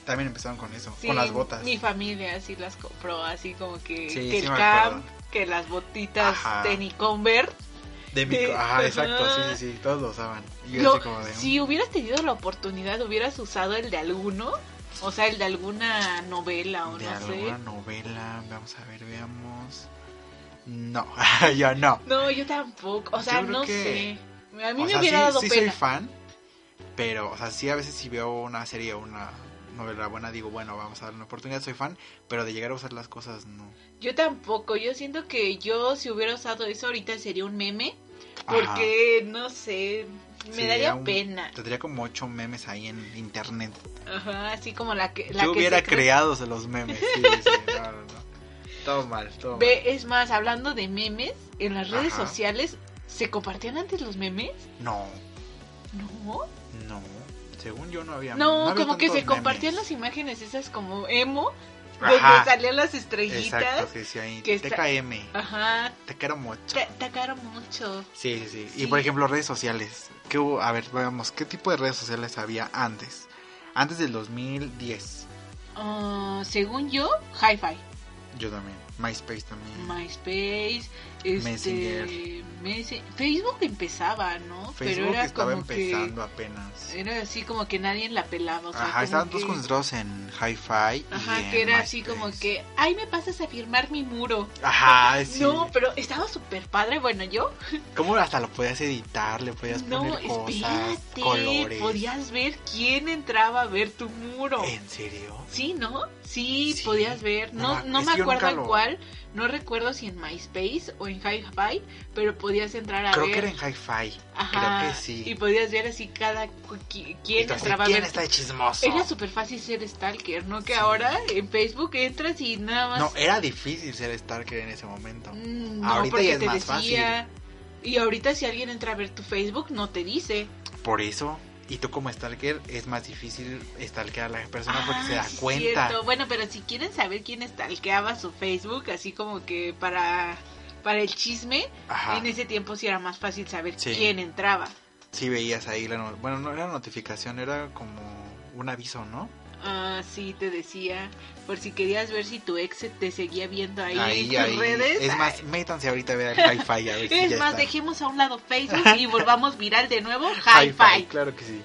Speaker 1: También empezaron con eso,
Speaker 2: sí,
Speaker 1: con las botas.
Speaker 2: mi familia sí las compró, así como que,
Speaker 1: Sí,
Speaker 2: que
Speaker 1: sí
Speaker 2: el
Speaker 1: me
Speaker 2: cam,
Speaker 1: acuerdo.
Speaker 2: que las botitas
Speaker 1: Ajá.
Speaker 2: de Niconver,
Speaker 1: De mi...
Speaker 2: Sí,
Speaker 1: Ajá,
Speaker 2: ajá.
Speaker 1: exacto, sí, sí, sí, todos lo usaban. Y yo
Speaker 2: Lo-
Speaker 1: así como de,
Speaker 2: si hubieras tenido la oportunidad, hubieras usado el de alguno, o sea, el de alguna novela o
Speaker 1: de
Speaker 2: no
Speaker 1: alguna
Speaker 2: sé.
Speaker 1: novela, vamos a ver, veamos. No, <laughs> yo no.
Speaker 2: No, yo tampoco, o
Speaker 1: Yo
Speaker 2: sea,
Speaker 1: creo
Speaker 2: no
Speaker 1: que-
Speaker 2: sé. A mí
Speaker 1: O
Speaker 2: me
Speaker 1: sea,
Speaker 2: hubiera
Speaker 1: sí,
Speaker 2: dado
Speaker 1: sí soy
Speaker 2: pena.
Speaker 1: fan, pero, o sea, sí a veces si veo una serie o una novela buena, digo, bueno, vamos a dar una oportunidad, soy fan, pero de llegar a usar las cosas, no.
Speaker 2: Yo tampoco, yo siento que yo si hubiera usado eso ahorita sería un meme,
Speaker 1: Ajá.
Speaker 2: porque no sé, me
Speaker 1: Sí,
Speaker 2: daría
Speaker 1: era un-
Speaker 2: pena.
Speaker 1: Tendría como ocho memes ahí en internet.
Speaker 2: Ajá, así como la que la
Speaker 1: yo
Speaker 2: que
Speaker 1: hubiera
Speaker 2: se cree-
Speaker 1: creado se los
Speaker 2: <laughs>
Speaker 1: memes. Sí, sí, no, no, no. Todo mal, todo mal.
Speaker 2: Ve, es más, hablando de memes, en las redes
Speaker 1: Ajá.
Speaker 2: sociales se compartían antes los memes?
Speaker 1: No,
Speaker 2: No.
Speaker 1: no. Según yo no había.
Speaker 2: No,
Speaker 1: había
Speaker 2: como que
Speaker 1: tantos
Speaker 2: se compartían
Speaker 1: memes.
Speaker 2: las imágenes esas como emo,
Speaker 1: Ajá,
Speaker 2: donde salían las estrellitas.
Speaker 1: Exacto, sí, sí, ahí.
Speaker 2: que está-
Speaker 1: TKM.
Speaker 2: Ajá,
Speaker 1: Te quiero mucho.
Speaker 2: te atacaron mucho.
Speaker 1: Sí, sí, sí.
Speaker 2: Sí.
Speaker 1: Y por ejemplo, redes sociales. ¿Qué hubo? A ver, veamos, ¿qué tipo de redes sociales había antes? Antes del 2010.
Speaker 2: Ah, según yo, Hi-Fi,
Speaker 1: Yo también. MySpace también.
Speaker 2: MySpace, Este,
Speaker 1: Messenger.
Speaker 2: Messe- Facebook empezaba, ¿no?
Speaker 1: Facebook
Speaker 2: Pero era
Speaker 1: estaba
Speaker 2: como
Speaker 1: empezando apenas.
Speaker 2: que era así como que nadie la pelaba. o sea,
Speaker 1: Ajá,
Speaker 2: como
Speaker 1: estaban todos
Speaker 2: que-
Speaker 1: concentrados en Hi-Fi. y
Speaker 2: Ajá,
Speaker 1: en
Speaker 2: que era así
Speaker 1: MySpace.
Speaker 2: como que, ay, me pasas a firmar mi muro.
Speaker 1: Ajá, Eh, sí.
Speaker 2: No, pero estaba súper padre. Bueno, yo
Speaker 1: ¿Cómo hasta lo podías editar? Le podías
Speaker 2: No,
Speaker 1: poner cosas,
Speaker 2: espérate,
Speaker 1: colores.
Speaker 2: podías ver quién entraba a ver tu muro.
Speaker 1: ¿En serio?
Speaker 2: Sí, ¿no? Sí,
Speaker 1: Sí.
Speaker 2: podías ver. No,
Speaker 1: No,
Speaker 2: no
Speaker 1: es
Speaker 2: me
Speaker 1: que yo
Speaker 2: acuerdo
Speaker 1: nunca
Speaker 2: en
Speaker 1: lo-
Speaker 2: cuál. No recuerdo si en MySpace o en Hi-Fi, pero podías entrar a
Speaker 1: Creo
Speaker 2: ver.
Speaker 1: que era en Hi-Fi.
Speaker 2: Ajá,
Speaker 1: creo que sí.
Speaker 2: Y podías ver así cada cu- qui- quién
Speaker 1: Entonces,
Speaker 2: entraba a
Speaker 1: ¿quién
Speaker 2: ver.
Speaker 1: está de chismoso?
Speaker 2: Era súper fácil ser stalker, ¿no? Que
Speaker 1: Sí.
Speaker 2: ahora en Facebook entras y nada más.
Speaker 1: No, era difícil ser Starker en ese momento.
Speaker 2: Mm, no,
Speaker 1: Ahorita
Speaker 2: porque
Speaker 1: ya es
Speaker 2: te
Speaker 1: más fácil.
Speaker 2: decía. Y ahorita si alguien entra a ver tu Facebook, no te dice.
Speaker 1: Por eso, y tú como Stalker, es más difícil stalkear a la persona porque
Speaker 2: Ah,
Speaker 1: se da
Speaker 2: sí,
Speaker 1: cuenta.
Speaker 2: cierto. Bueno, pero si quieren saber quién stalkeaba su Facebook, así como que para, para el chisme,
Speaker 1: Ajá.
Speaker 2: en ese tiempo sí era más fácil saber
Speaker 1: Ah. Sí.
Speaker 2: quién entraba.
Speaker 1: Sí veías ahí la... no- Bueno, no era notificación, era como un aviso, ¿no?
Speaker 2: Ah, sí, te decía, por si querías ver si tu ex te seguía viendo ahí, en tus
Speaker 1: ahí.
Speaker 2: redes.
Speaker 1: Es más, métanse ahorita a ver el hi-fi. A ver si
Speaker 2: <laughs> Es
Speaker 1: ya
Speaker 2: más,
Speaker 1: está.
Speaker 2: dejemos a un lado Facebook y volvamos viral de
Speaker 1: <laughs>
Speaker 2: nuevo.
Speaker 1: Hi-Fi,
Speaker 2: Hi-Fi.
Speaker 1: Claro que sí.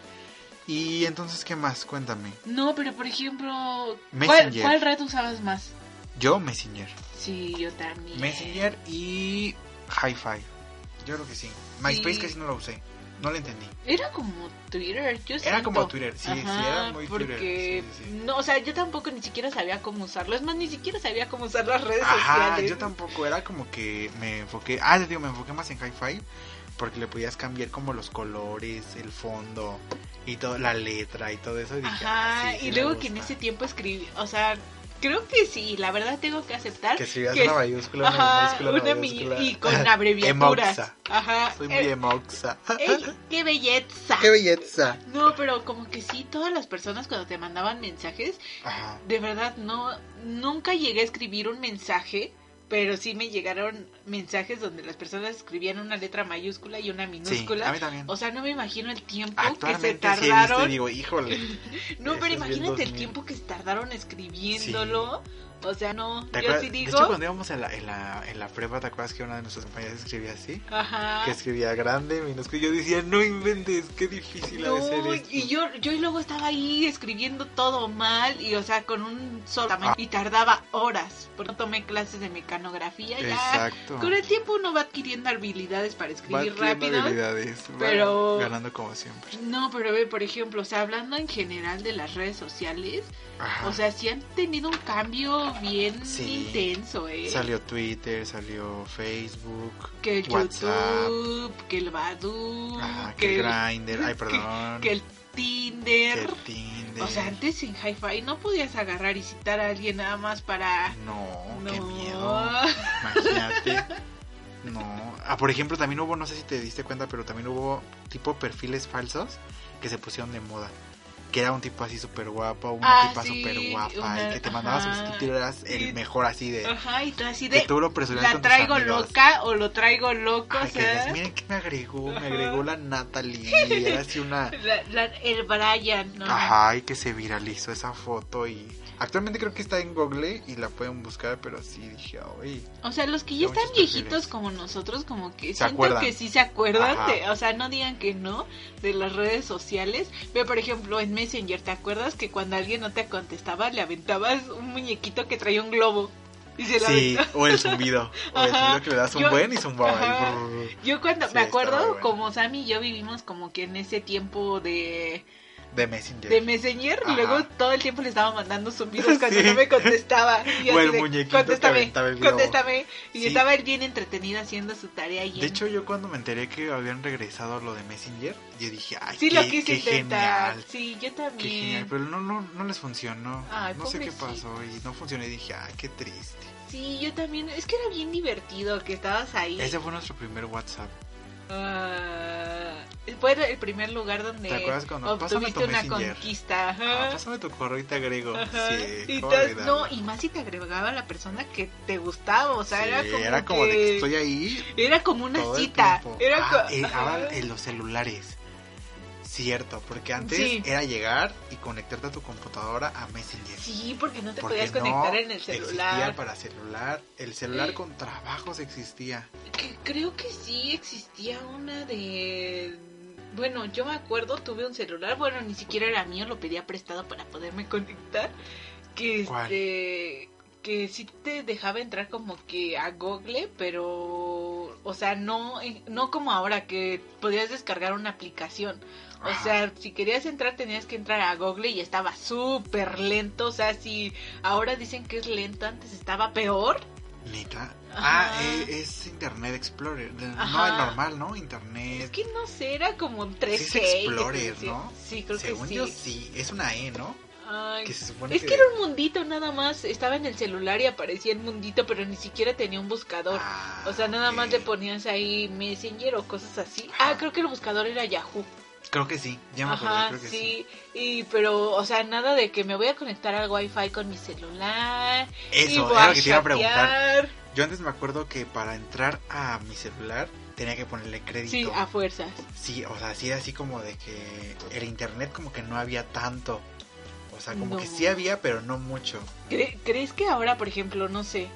Speaker 1: Y entonces, ¿qué más? Cuéntame.
Speaker 2: No, pero por ejemplo, ¿cuál,
Speaker 1: Messenger.
Speaker 2: cuál red usabas más?
Speaker 1: Yo, Messenger.
Speaker 2: Sí, yo también.
Speaker 1: Messenger y hi-fi. Yo creo que sí. MySpace
Speaker 2: Sí.
Speaker 1: casi no lo usé. No lo entendí.
Speaker 2: Era como Twitter, yo
Speaker 1: Era como
Speaker 2: siento.
Speaker 1: Twitter. Sí, sí,
Speaker 2: Ajá,
Speaker 1: era muy
Speaker 2: porque
Speaker 1: Twitter. Sí, sí, sí.
Speaker 2: no, o sea, yo tampoco ni siquiera sabía cómo usarlo, es más ni siquiera sabía cómo usar las redes
Speaker 1: Ajá,
Speaker 2: sociales.
Speaker 1: yo tampoco. Era como que me enfoqué. Ah, te digo, me enfoqué más en hi-fi. Porque le podías cambiar como los colores, el fondo y todo, la letra y todo eso. Y dije,
Speaker 2: Ajá,
Speaker 1: ah, sí, sí
Speaker 2: y
Speaker 1: me
Speaker 2: luego que en
Speaker 1: gusta.
Speaker 2: ese tiempo escribí, o sea, creo que sí, la verdad tengo que aceptar
Speaker 1: Que escribías
Speaker 2: que
Speaker 1: una
Speaker 2: es-
Speaker 1: mayúscula, una
Speaker 2: ajá,
Speaker 1: minúscula,
Speaker 2: una mi-
Speaker 1: mayúscula. <laughs>
Speaker 2: y con abreviaturas.
Speaker 1: Emoxa.
Speaker 2: Ajá.
Speaker 1: Soy
Speaker 2: eh,
Speaker 1: muy emoxa.
Speaker 2: ey, qué belleza.
Speaker 1: Ah, <laughs> ¡Qué belleza!
Speaker 2: No, pero como que sí, todas las personas cuando te mandaban mensajes,
Speaker 1: Ajá.
Speaker 2: De verdad, no, nunca llegué a escribir un mensaje, pero sí me llegaron mensajes donde las personas escribían una letra mayúscula y una
Speaker 1: Sí, a
Speaker 2: minúscula.
Speaker 1: mí también.
Speaker 2: O sea, no me imagino el tiempo que se
Speaker 1: Actualmente sí este he visto y
Speaker 2: tardaron.
Speaker 1: digo, híjole.
Speaker 2: no,
Speaker 1: eso
Speaker 2: pero
Speaker 1: es bien
Speaker 2: imagínate el
Speaker 1: 2000.
Speaker 2: tiempo que se tardaron escribiéndolo. O sea, no,
Speaker 1: ¿Te
Speaker 2: yo
Speaker 1: acuerdas?
Speaker 2: sí
Speaker 1: De
Speaker 2: digo.
Speaker 1: hecho, cuando íbamos en la, en, la, en la prepa, ¿te acuerdas que una de nuestras compañeras escribía así?
Speaker 2: Ajá.
Speaker 1: Que escribía grande, minúscula. y Yo decía, no inventes, qué difícil ha de ser
Speaker 2: No,
Speaker 1: esto".
Speaker 2: y yo, yo luego estaba ahí escribiendo todo mal y o sea con un solo
Speaker 1: Ah.
Speaker 2: tamaño, y tardaba horas porque no tomé clases de mecanografía ah, ya
Speaker 1: Exacto.
Speaker 2: Con el tiempo uno va adquiriendo habilidades para
Speaker 1: Va
Speaker 2: escribir
Speaker 1: adquiriendo
Speaker 2: rápido.
Speaker 1: habilidades. va
Speaker 2: pero-
Speaker 1: Ganando como siempre.
Speaker 2: No, pero ve, por ejemplo, o sea, hablando en general de las redes sociales,
Speaker 1: Ajá.
Speaker 2: o sea, sí han tenido un cambio bien
Speaker 1: Sí.
Speaker 2: intenso, ¿eh?
Speaker 1: salió Twitter, salió Facebook.
Speaker 2: que el
Speaker 1: WhatsApp.
Speaker 2: YouTube, que el Badoo,
Speaker 1: Ajá, que
Speaker 2: <laughs> que, el-
Speaker 1: Grindr. Ay,
Speaker 2: que-
Speaker 1: perdón.
Speaker 2: que el Tinder.
Speaker 1: que Tinder.
Speaker 2: O sea, antes en Hi-Fi no podías agarrar y citar a alguien nada más para...
Speaker 1: No,
Speaker 2: no.
Speaker 1: qué miedo. Imagínate. No. Ah, por ejemplo, también hubo, no sé si te diste cuenta, pero también hubo tipo perfiles falsos que se pusieron de moda. Que era un tipo así súper guapo, una
Speaker 2: Ah,
Speaker 1: tipa
Speaker 2: sí,
Speaker 1: súper guapa
Speaker 2: una-
Speaker 1: y que te mandaba
Speaker 2: ajá.
Speaker 1: sus títulos
Speaker 2: Sí.
Speaker 1: el mejor así de...
Speaker 2: <laughs> Ajá, y tú así
Speaker 1: Que
Speaker 2: de...
Speaker 1: tú lo presumías
Speaker 2: La
Speaker 1: con tus
Speaker 2: traigo
Speaker 1: amigos.
Speaker 2: loca o lo traigo loco,
Speaker 1: Ajá,
Speaker 2: o
Speaker 1: que
Speaker 2: sea...
Speaker 1: digas, miren que me agregó, me
Speaker 2: Ajá.
Speaker 1: agregó la
Speaker 2: <laughs>
Speaker 1: Natalie. y Era así una...
Speaker 2: La- la- el Brian, ¿no?
Speaker 1: Ajá, y que se viralizó esa foto y... Actualmente creo que está en Google y la pueden buscar, pero sí dije, uy,
Speaker 2: O sea, los que
Speaker 1: Hay
Speaker 2: ya
Speaker 1: muchos
Speaker 2: están viejitos
Speaker 1: perfiles.
Speaker 2: como nosotros, como que
Speaker 1: Se
Speaker 2: siento
Speaker 1: acuerdan.
Speaker 2: que sí se acuerdan,
Speaker 1: Ajá.
Speaker 2: de- o sea, no digan que no, de las redes sociales. Ve, por ejemplo, en Messenger, ¿te acuerdas que cuando alguien no te contestaba, le aventabas un muñequito que traía un globo? Y se lo
Speaker 1: Sí,
Speaker 2: aventaba?
Speaker 1: o el zumbido.
Speaker 2: <laughs>
Speaker 1: O el
Speaker 2: Ajá.
Speaker 1: zumbido que le das un
Speaker 2: Yo-
Speaker 1: buen y zumbaba. y
Speaker 2: Ajá.
Speaker 1: brrr,
Speaker 2: Yo cuando,
Speaker 1: Sí,
Speaker 2: me
Speaker 1: estaba
Speaker 2: acuerdo,
Speaker 1: bueno.
Speaker 2: como Sammy y yo vivimos como que en ese tiempo de,
Speaker 1: de Messenger.
Speaker 2: de Messenger,
Speaker 1: Ajá.
Speaker 2: luego todo el tiempo le estaba mandando zumbidos cuando
Speaker 1: <laughs> Sí.
Speaker 2: no me contestaba. Y
Speaker 1: O
Speaker 2: así
Speaker 1: el
Speaker 2: de,
Speaker 1: muñequito que
Speaker 2: contéstame,
Speaker 1: aventaba el globo".
Speaker 2: contéstame. Y
Speaker 1: Sí.
Speaker 2: estaba él bien entretenido haciendo su tarea. Y
Speaker 1: De hecho, yo cuando me enteré que habían regresado lo de Messenger, yo dije, ay,
Speaker 2: Sí,
Speaker 1: qué,
Speaker 2: lo quise
Speaker 1: qué
Speaker 2: intentar.
Speaker 1: genial.
Speaker 2: Sí, yo
Speaker 1: Qué genial,
Speaker 2: también.
Speaker 1: pero no, no, no les funcionó.
Speaker 2: Ay,
Speaker 1: no sé qué
Speaker 2: pobrecito.
Speaker 1: pasó y no funcionó. Y dije, ay, qué triste.
Speaker 2: Sí, yo también. Es que era bien divertido que estabas ahí.
Speaker 1: Ese fue nuestro primer WhatsApp.
Speaker 2: Ah, fue el primer lugar donde
Speaker 1: ¿Te acuerdas cuando pásame tu
Speaker 2: obtuviste una
Speaker 1: Messenger?
Speaker 2: conquista.
Speaker 1: Ah,
Speaker 2: Ajá.
Speaker 1: pásame tu correo y te agrego.
Speaker 2: Ajá.
Speaker 1: Sí,
Speaker 2: y,
Speaker 1: cómo
Speaker 2: te-
Speaker 1: olvidarlo.
Speaker 2: no, y más si te agregaba la persona que te gustaba, o sea,
Speaker 1: Sí,
Speaker 2: era como,
Speaker 1: de
Speaker 2: que-
Speaker 1: que estoy ahí
Speaker 2: era como una
Speaker 1: todo el
Speaker 2: cita,
Speaker 1: tiempo.
Speaker 2: era
Speaker 1: Ah,
Speaker 2: co-
Speaker 1: eh, ahora
Speaker 2: Ajá.
Speaker 1: en los celulares. Cierto, porque antes
Speaker 2: Sí.
Speaker 1: era llegar y conectarte a tu computadora a Messenger.
Speaker 2: Sí, porque no te
Speaker 1: Porque
Speaker 2: podías
Speaker 1: no
Speaker 2: conectar en el
Speaker 1: Existía
Speaker 2: celular.
Speaker 1: para celular. El celular con trabajos existía.
Speaker 2: Que creo que sí existía una de... Bueno, yo me acuerdo, tuve un celular, bueno, ni siquiera era mío, lo pedía prestado para poderme conectar, que
Speaker 1: ¿Cuál?
Speaker 2: este que sí te dejaba entrar como que a Google, pero o sea, no eh, no como ahora que podías descargar una aplicación. O
Speaker 1: Ajá.
Speaker 2: sea, si querías entrar tenías que entrar a Google y estaba súper lento, o sea, si ahora dicen que es lento, antes estaba peor.
Speaker 1: Neta.
Speaker 2: Ajá.
Speaker 1: Ah, eh, es Internet Explorer. De- No,
Speaker 2: Ajá.
Speaker 1: el normal, ¿no?
Speaker 2: Es
Speaker 1: Internet.
Speaker 2: que no sé, era como un 3G.
Speaker 1: Sí es Explorer,
Speaker 2: sí,
Speaker 1: ¿no?
Speaker 2: Sí, creo
Speaker 1: Según
Speaker 2: que
Speaker 1: yo
Speaker 2: sí.
Speaker 1: sí, es una E, ¿no?
Speaker 2: Ay,
Speaker 1: Que se supone
Speaker 2: es que era un mundito nada más. Estaba en el celular y aparecía el mundito, pero ni siquiera tenía un buscador.
Speaker 1: Ah,
Speaker 2: o sea, nada más
Speaker 1: ok.
Speaker 2: le ponías ahí Messenger o cosas así.
Speaker 1: Ajá.
Speaker 2: Ah, creo que el buscador era Yahoo.
Speaker 1: Creo que sí, ya me acordé,
Speaker 2: Ajá,
Speaker 1: creo que sí.
Speaker 2: sí. Y, pero, o sea, nada de que me voy a conectar al Wi-Fi con mi celular. y
Speaker 1: Eso,
Speaker 2: voy
Speaker 1: era lo que te iba a preguntar.
Speaker 2: chatear.
Speaker 1: Yo antes me acuerdo que para entrar a mi celular tenía que ponerle crédito.
Speaker 2: Sí, ah. a fuerzas.
Speaker 1: Sí, o sea, sí era así como de que el internet como que no había tanto. O sea, como
Speaker 2: No.
Speaker 1: que sí había, pero no mucho.
Speaker 2: ¿Cre- ¿Crees que ahora, por ejemplo, no sé,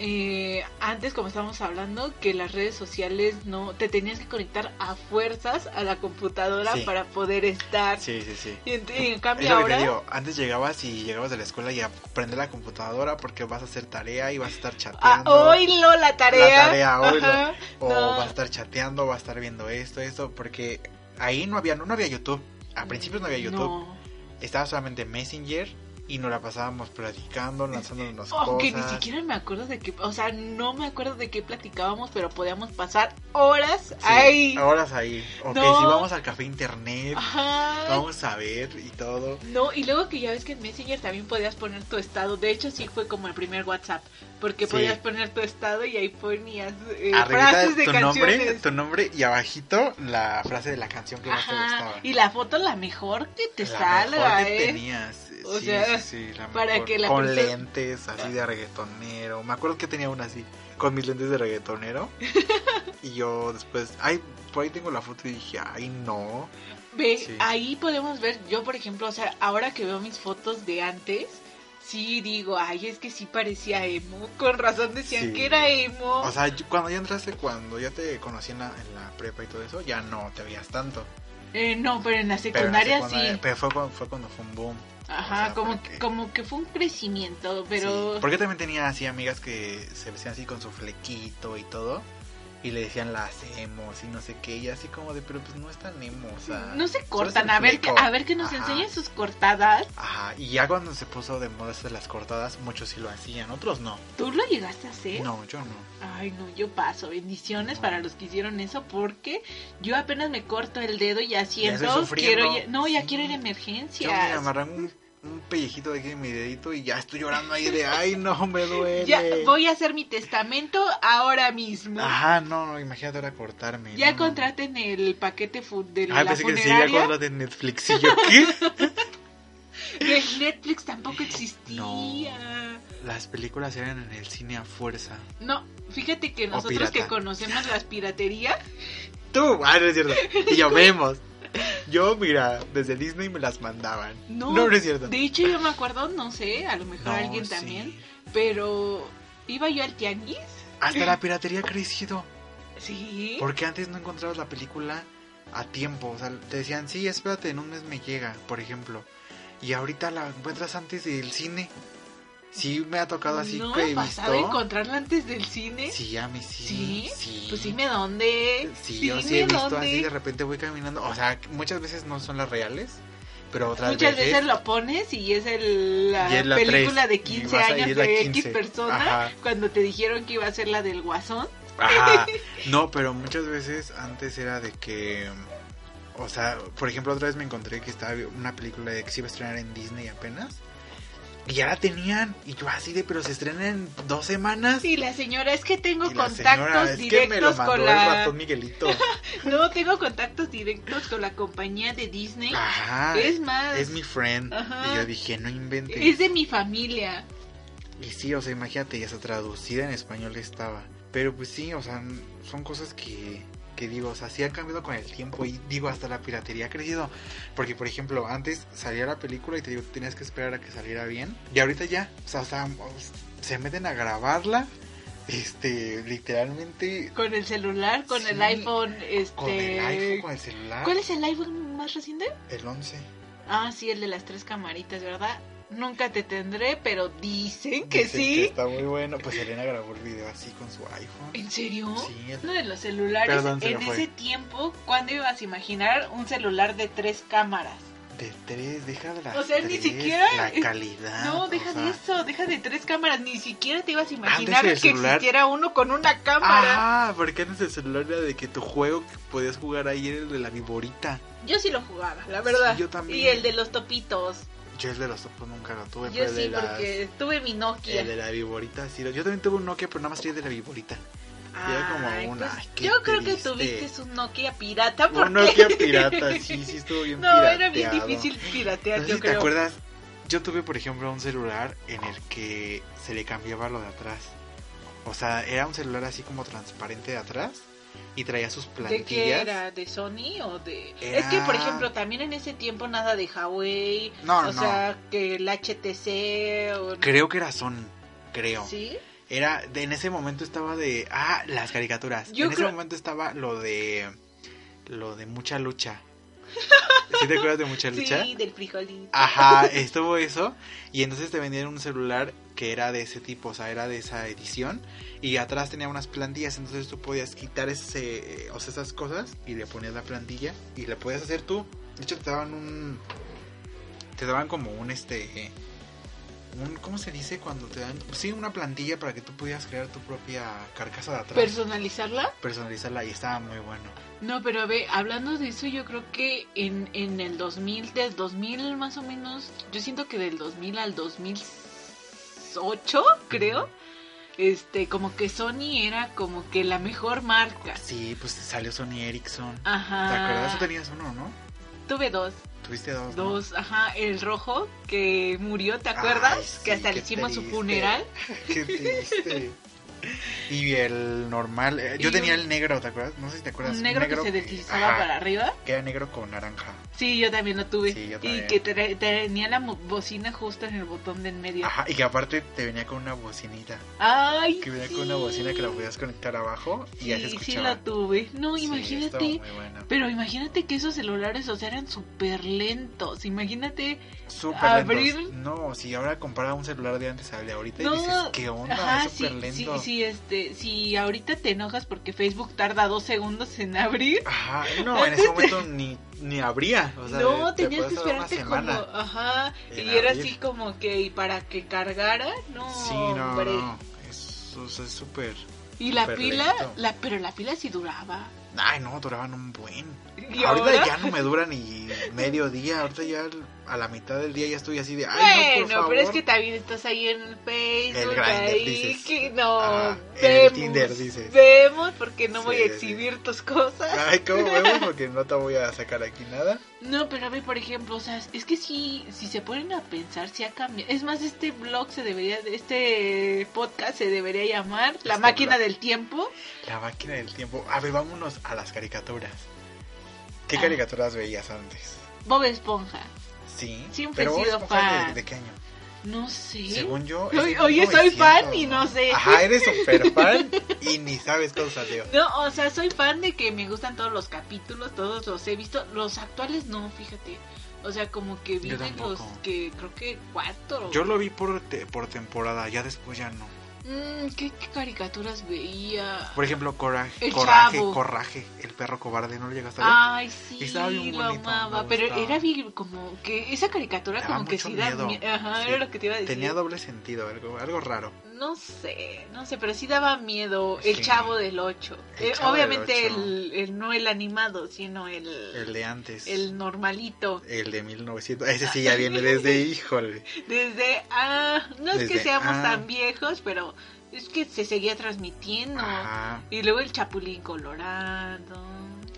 Speaker 2: eh, antes como estábamos hablando, que las redes sociales no te tenías que conectar a fuerzas a la computadora
Speaker 1: Sí.
Speaker 2: para poder estar?
Speaker 1: Sí, sí, sí.
Speaker 2: Y ent- y en
Speaker 1: Es
Speaker 2: cambio
Speaker 1: lo que te
Speaker 2: ahora,
Speaker 1: digo, antes llegabas y llegabas de la escuela y a prender la computadora porque vas a hacer tarea y vas a estar
Speaker 2: ah,
Speaker 1: chateando.
Speaker 2: oílo la tarea.
Speaker 1: tarea, oílo.
Speaker 2: Ajá.
Speaker 1: o
Speaker 2: no.
Speaker 1: vas a estar chateando, vas a estar viendo esto, esto, porque ahí no había, no había YouTube. A principios no había YouTube.
Speaker 2: Mm, No.
Speaker 1: Estaba solamente Messenger y nos la pasábamos platicando, lanzándonos
Speaker 2: Aunque
Speaker 1: cosas.
Speaker 2: Oh, ni siquiera me acuerdo de qué, o sea, no me acuerdo de qué platicábamos, pero podíamos pasar horas
Speaker 1: Sí,
Speaker 2: ahí.
Speaker 1: Horas ahí. Ok,
Speaker 2: No.
Speaker 1: si vamos al café internet,
Speaker 2: Ajá.
Speaker 1: vamos a ver y todo.
Speaker 2: No, y luego que ya ves que en Messenger también podías poner tu estado. De hecho, sí fue como el primer WhatsApp. Porque
Speaker 1: Sí.
Speaker 2: podías poner tu estado y ahí ponías eh,
Speaker 1: Arribita
Speaker 2: frases de
Speaker 1: tu
Speaker 2: canciones.
Speaker 1: nombre, tu nombre y abajito la frase de la canción que más te
Speaker 2: Ajá.
Speaker 1: gustaba.
Speaker 2: Y la foto la mejor que te
Speaker 1: La
Speaker 2: salga,
Speaker 1: mejor que
Speaker 2: ¿eh?
Speaker 1: tenías.
Speaker 2: O
Speaker 1: sí,
Speaker 2: sea,
Speaker 1: sí, sí, la
Speaker 2: para
Speaker 1: mejor.
Speaker 2: que la
Speaker 1: Con
Speaker 2: persona-
Speaker 1: lentes, así de reggaetonero. Me acuerdo que tenía una así, con mis lentes de
Speaker 2: <laughs>
Speaker 1: reggaetonero. y yo después, ay, por ahí tengo la foto y dije, ay, no.
Speaker 2: Ve,
Speaker 1: Sí.
Speaker 2: ahí podemos ver, yo por ejemplo, o sea, ahora que veo mis fotos de antes, sí digo, ay, es que sí parecía emo. Con razón decían
Speaker 1: Sí.
Speaker 2: que era emo.
Speaker 1: O sea, yo- cuando ya entraste, cuando ya te conocí en la, en la prepa y todo eso, ya no te veías tanto.
Speaker 2: Eh, no, pero en la
Speaker 1: Pero en la
Speaker 2: secundaria sí.
Speaker 1: Pero fue cuando, fue cuando fue un boom.
Speaker 2: Ajá,
Speaker 1: o sea,
Speaker 2: como,
Speaker 1: porque-
Speaker 2: como que fue un crecimiento, pero...
Speaker 1: Sí, Porque también tenía así amigas que se vestían así con su flequito y todo. Y le decían las emos y no sé qué. Y así como de, pero pues no es tan emo, o sea.
Speaker 2: No se cortan,
Speaker 1: solo es
Speaker 2: a
Speaker 1: un
Speaker 2: ver, que,
Speaker 1: fleco.
Speaker 2: a ver que nos
Speaker 1: Ajá.
Speaker 2: enseñen sus cortadas.
Speaker 1: Ajá, y ya cuando se puso de moda eso de las cortadas, muchos sí lo hacían, otros no.
Speaker 2: ¿Tú lo llegaste a hacer?
Speaker 1: No, yo no.
Speaker 2: Ay, no, yo paso. Bendiciones
Speaker 1: No.
Speaker 2: para los que hicieron eso porque yo apenas me corto el dedo y
Speaker 1: Ya
Speaker 2: haciendo
Speaker 1: estoy
Speaker 2: quiero ya-
Speaker 1: sufriendo.
Speaker 2: no, ya
Speaker 1: Sí.
Speaker 2: quiero ir a
Speaker 1: Yo me
Speaker 2: emergencias.
Speaker 1: amarran un, un pellejito de aquí en mi dedito y ya estoy llorando ahí de, ay, no, me duele.
Speaker 2: <laughs> Ya voy a hacer mi testamento ahora mismo.
Speaker 1: Ajá, no, imagínate ahora cortarme.
Speaker 2: Ya
Speaker 1: Ah, no.
Speaker 2: contraten el paquete fu- de
Speaker 1: Ay,
Speaker 2: la
Speaker 1: pensé que sí, ya
Speaker 2: funeraria.
Speaker 1: contraté Netflix y yo, ¿qué?
Speaker 2: El Netflix tampoco existía.
Speaker 1: Las películas eran en el cine a fuerza.
Speaker 2: No, fíjate que nosotros
Speaker 1: pirata.
Speaker 2: que conocemos las piraterías
Speaker 1: <laughs> Tú, ah, no es cierto. Y yo vemos. Yo, mira, desde Disney me las mandaban.
Speaker 2: No,
Speaker 1: No, no, es cierto.
Speaker 2: De hecho, yo me acuerdo, no sé, a lo mejor
Speaker 1: No,
Speaker 2: alguien
Speaker 1: sí.
Speaker 2: también, pero iba yo al tianguis.
Speaker 1: Hasta la piratería ha crecido.
Speaker 2: Sí.
Speaker 1: Porque antes no encontrabas la película a tiempo. O sea, te decían, sí, espérate, en un mes me llega, por ejemplo. Y ahorita la encuentras antes del cine. Sí, me ha tocado así
Speaker 2: ¿No
Speaker 1: que
Speaker 2: me
Speaker 1: he
Speaker 2: pasaba
Speaker 1: visto.
Speaker 2: encontrarla antes del cine?
Speaker 1: Sí, a mí sí.
Speaker 2: ¿Sí? Pues dime dónde.
Speaker 1: Sí, yo sí he visto así, de repente voy caminando. O sea, muchas veces no son las reales, pero otras
Speaker 2: Muchas veces lo pones y es el, la
Speaker 1: Y es la
Speaker 2: película
Speaker 1: tres,
Speaker 2: de
Speaker 1: y
Speaker 2: 15
Speaker 1: vas a
Speaker 2: años
Speaker 1: ir a
Speaker 2: de
Speaker 1: 15.
Speaker 2: X persona.
Speaker 1: Ajá.
Speaker 2: Cuando te dijeron que iba a ser la del guasón.
Speaker 1: Ajá. No, pero muchas veces antes era de que. O sea, por ejemplo, otra vez me encontré que estaba una película de que se iba a estrenar en Disney apenas. Y ya la tenían. Y yo así de, pero se estrena en dos semanas.
Speaker 2: Y la señora, es que tengo
Speaker 1: Y la
Speaker 2: contactos
Speaker 1: señora, es que me lo
Speaker 2: directos
Speaker 1: mandó
Speaker 2: con
Speaker 1: el
Speaker 2: la.
Speaker 1: ratón Miguelito.
Speaker 2: <laughs> No, tengo contactos directos con la compañía de Disney.
Speaker 1: Ajá.
Speaker 2: es más,
Speaker 1: Ah, Es mi friend.
Speaker 2: Ajá.
Speaker 1: Y yo dije, no inventes.
Speaker 2: es de mi familia.
Speaker 1: Y sí, o sea, imagínate, ya está traducida en español estaba. Pero pues sí, o sea, son cosas que, que digo, o sea, sí ha cambiado con el tiempo y digo, hasta la piratería ha crecido. Porque, por ejemplo, antes salía la película y te digo, tenías que esperar a que saliera bien. Y ahorita ya, o sea, o sea se meten a grabarla. Este, literalmente.
Speaker 2: Con el celular, con sí, el iPhone, este.
Speaker 1: Con el iPhone, con el celular.
Speaker 2: ¿Cuál es el iPhone más reciente?
Speaker 1: El 11.
Speaker 2: Ah, sí, el de las tres camaritas, ¿verdad? Nunca te tendré, pero dicen que dicen sí. Que
Speaker 1: está muy bueno. Pues Elena grabó el video así con su iPhone.
Speaker 2: ¿En serio? Sí. Uno de los celulares. Perdón, en ese tiempo, ¿cuándo ibas a imaginar un celular de tres cámaras?
Speaker 1: De tres, deja de las
Speaker 2: O sea,
Speaker 1: tres,
Speaker 2: ni siquiera.
Speaker 1: La calidad.
Speaker 2: No, deja de
Speaker 1: sea...
Speaker 2: eso, deja de tres cámaras. Ni siquiera te ibas a imaginar que celular... existiera uno con una cámara.
Speaker 1: Ah, porque antes el celular era de que tu juego que podías jugar ahí era el de la viborita.
Speaker 2: Yo sí lo jugaba, la verdad.
Speaker 1: Sí, yo también.
Speaker 2: Y el de los topitos.
Speaker 1: Yo el de los topos nunca lo tuve.
Speaker 2: Yo
Speaker 1: pero
Speaker 2: sí,
Speaker 1: de las...
Speaker 2: porque tuve mi Nokia.
Speaker 1: El de la viborita, sí. Yo también tuve un Nokia, pero nada más tenía de la viborita.
Speaker 2: <laughs>
Speaker 1: Y era como una.
Speaker 2: Pues, yo creo que tuviste un Nokia pirata.
Speaker 1: Un Nokia pirata, sí, sí, estuvo bien
Speaker 2: <laughs> No,
Speaker 1: pirateado.
Speaker 2: era bien difícil piratear,
Speaker 1: no sé
Speaker 2: yo
Speaker 1: si
Speaker 2: creo.
Speaker 1: ¿Te acuerdas? Yo tuve, por ejemplo, un celular en el que se le cambiaba lo de atrás. O sea, era un celular así como transparente de atrás y traía sus plantillas.
Speaker 2: ¿De qué era? ¿De Sony o de.? Era... Es que, por ejemplo, también en ese tiempo nada de Huawei.
Speaker 1: No,
Speaker 2: o
Speaker 1: no.
Speaker 2: sea, que el HTC. O...
Speaker 1: Creo que era Sony, creo.
Speaker 2: ¿Sí?
Speaker 1: era de, en ese momento estaba de ah las caricaturas
Speaker 2: Yo
Speaker 1: en
Speaker 2: creo-
Speaker 1: ese momento estaba lo de lo de mucha lucha ¿Sí te acuerdas de mucha lucha?
Speaker 2: <laughs> Sí, del frijolito.
Speaker 1: Ajá, estuvo eso. Y entonces te vendían un celular que era de ese tipo, o sea, era de esa edición. Y atrás tenía unas plantillas, entonces tú podías quitar ese, eh, o sea, esas cosas y le ponías la plantilla y la podías hacer tú. De hecho, te daban un. Te daban como un este. Un, ¿Cómo se dice cuando te dan? Sí, una plantilla para que tú pudieras crear tu propia carcasa de atrás.
Speaker 2: ¿Personalizarla?
Speaker 1: personalizarla y estaba muy bueno.
Speaker 2: No, pero a ver, hablando de eso, yo creo que en, en el 2000, del 2000 más o menos, yo siento que del 2000 al 2008, creo, este, como que Sony era como que la mejor marca.
Speaker 1: Sí, pues salió Sony Ericsson.
Speaker 2: Ajá.
Speaker 1: ¿Te acuerdas? Tú tenías uno, ¿no?
Speaker 2: Tuve dos.
Speaker 1: Tuviste dos. ¿no?
Speaker 2: Dos, ajá, el rojo que murió, ¿te acuerdas?
Speaker 1: Ay, sí,
Speaker 2: que hasta le
Speaker 1: qué
Speaker 2: hicimos su
Speaker 1: triste.
Speaker 2: funeral.
Speaker 1: Qué triste. Y el normal, eh, yo
Speaker 2: Y
Speaker 1: tenía
Speaker 2: un-
Speaker 1: el negro, ¿te acuerdas? No sé si te acuerdas.
Speaker 2: Un negro, que se deslizaba
Speaker 1: ajá,
Speaker 2: para arriba.
Speaker 1: Que era negro con naranja.
Speaker 2: Sí, yo también lo tuve.
Speaker 1: Sí, yo
Speaker 2: y
Speaker 1: también.
Speaker 2: que tra- tenía la mo- bocina justo en el botón de en medio.
Speaker 1: Ajá, y que aparte te venía con una bocinita.
Speaker 2: Ay,
Speaker 1: Que venía
Speaker 2: sí.
Speaker 1: con una bocina que la podías conectar abajo y ya se
Speaker 2: Sí, sí
Speaker 1: escuchaba.
Speaker 2: la tuve. No,
Speaker 1: Sí,
Speaker 2: imagínate.
Speaker 1: estaba muy bueno.
Speaker 2: Pero imagínate que esos celulares, o sea, eran súper lentos. Imagínate.
Speaker 1: Súper
Speaker 2: abrir-
Speaker 1: lentos. No, si ahora comparaba un celular de antes al de ahorita
Speaker 2: No,
Speaker 1: y dices, ¿qué onda?
Speaker 2: Ajá,
Speaker 1: es súper
Speaker 2: sí, sí,
Speaker 1: lento.
Speaker 2: sí, este, si ahorita te enojas porque Facebook tarda dos segundos en abrir.
Speaker 1: Ajá, no, en ese momento ni, ni habría. Ah, O sea,
Speaker 2: no,
Speaker 1: te
Speaker 2: tenías que
Speaker 1: podías tardar una
Speaker 2: esperarte como,
Speaker 1: semana.
Speaker 2: ajá, y
Speaker 1: en
Speaker 2: era
Speaker 1: abrir.
Speaker 2: así como que, y para que cargara, no,
Speaker 1: Sí, no,
Speaker 2: hombre.
Speaker 1: no. Es o sea, es súper.
Speaker 2: Y la
Speaker 1: súper
Speaker 2: pila,
Speaker 1: lento.
Speaker 2: la, pero la pila sí duraba.
Speaker 1: Ay, no, duraban un buen.
Speaker 2: Y
Speaker 1: ahorita
Speaker 2: ahora-
Speaker 1: ya no me dura ni medio día. Ahorita ya al- a la mitad del día ya estoy así de. Ay,
Speaker 2: Bueno,
Speaker 1: no, por favor.
Speaker 2: pero es que también estás ahí en Facebook,
Speaker 1: El Grindr,
Speaker 2: ahí
Speaker 1: dices.
Speaker 2: que no
Speaker 1: Ajá, en el
Speaker 2: vemos,
Speaker 1: Tinder, dices.
Speaker 2: vemos porque no
Speaker 1: Sí,
Speaker 2: voy a
Speaker 1: sí.
Speaker 2: exhibir tus cosas.
Speaker 1: Ay, ¿cómo vemos? Porque no te voy a sacar aquí nada.
Speaker 2: No, pero a ver, por ejemplo, o sea, es que si, si se ponen a pensar, si ha cambiado. Es más, este blog se debería, este podcast se debería llamar La
Speaker 1: Este
Speaker 2: máquina
Speaker 1: blog.
Speaker 2: del tiempo.
Speaker 1: La máquina del tiempo. A ver, vámonos a las caricaturas. ¿Qué
Speaker 2: Ah.
Speaker 1: caricaturas veías antes?
Speaker 2: Bob Esponja.
Speaker 1: Sí.
Speaker 2: Siempre he
Speaker 1: pero vos
Speaker 2: sido
Speaker 1: esponjas
Speaker 2: fan.
Speaker 1: De, ¿De qué año?
Speaker 2: No sé.
Speaker 1: Según yo.
Speaker 2: Oye,
Speaker 1: es
Speaker 2: oye, soy fan
Speaker 1: 1900,
Speaker 2: y no sé.
Speaker 1: Ajá, eres súper
Speaker 2: <laughs>
Speaker 1: fan y ni sabes cómo salió.
Speaker 2: No, o sea, soy fan de que me gustan todos los capítulos, todos los he visto. Los actuales no, fíjate. O sea, como que vi de
Speaker 1: tampoco.
Speaker 2: los que creo que cuatro.
Speaker 1: Yo lo vi por, te- por temporada, ya después ya no.
Speaker 2: Mm, ¿qué, qué caricaturas veía?
Speaker 1: Por ejemplo, Coraje,
Speaker 2: El
Speaker 1: Coraje,
Speaker 2: Chavo. Ah,
Speaker 1: Coraje, el perro cobarde, ¿no lo llegaste a ver?
Speaker 2: Ay, sí,
Speaker 1: ¿eh? Estaba bien
Speaker 2: lo
Speaker 1: bonito,
Speaker 2: amaba.
Speaker 1: me
Speaker 2: Pero
Speaker 1: gustaba.
Speaker 2: era bien como que esa caricatura
Speaker 1: Daba
Speaker 2: como que
Speaker 1: mucho
Speaker 2: sí da
Speaker 1: miedo.
Speaker 2: mie- Ajá,
Speaker 1: Sí.
Speaker 2: era lo que te iba a decir.
Speaker 1: Tenía doble sentido, algo, algo raro.
Speaker 2: No sé, no sé, pero sí daba miedo. El
Speaker 1: Sí.
Speaker 2: chavo del 8.
Speaker 1: El Chavo del
Speaker 2: obviamente
Speaker 1: Ocho.
Speaker 2: El, el- no el animado, sino el,
Speaker 1: El de antes.
Speaker 2: el normalito.
Speaker 1: El de 1900. Ese sí ya viene
Speaker 2: <laughs>
Speaker 1: desde híjole.
Speaker 2: Desde, ah, no es que
Speaker 1: Desde,
Speaker 2: seamos
Speaker 1: ah.
Speaker 2: tan viejos, pero es que se seguía transmitiendo.
Speaker 1: Ajá.
Speaker 2: Y luego el Chapulín Colorado.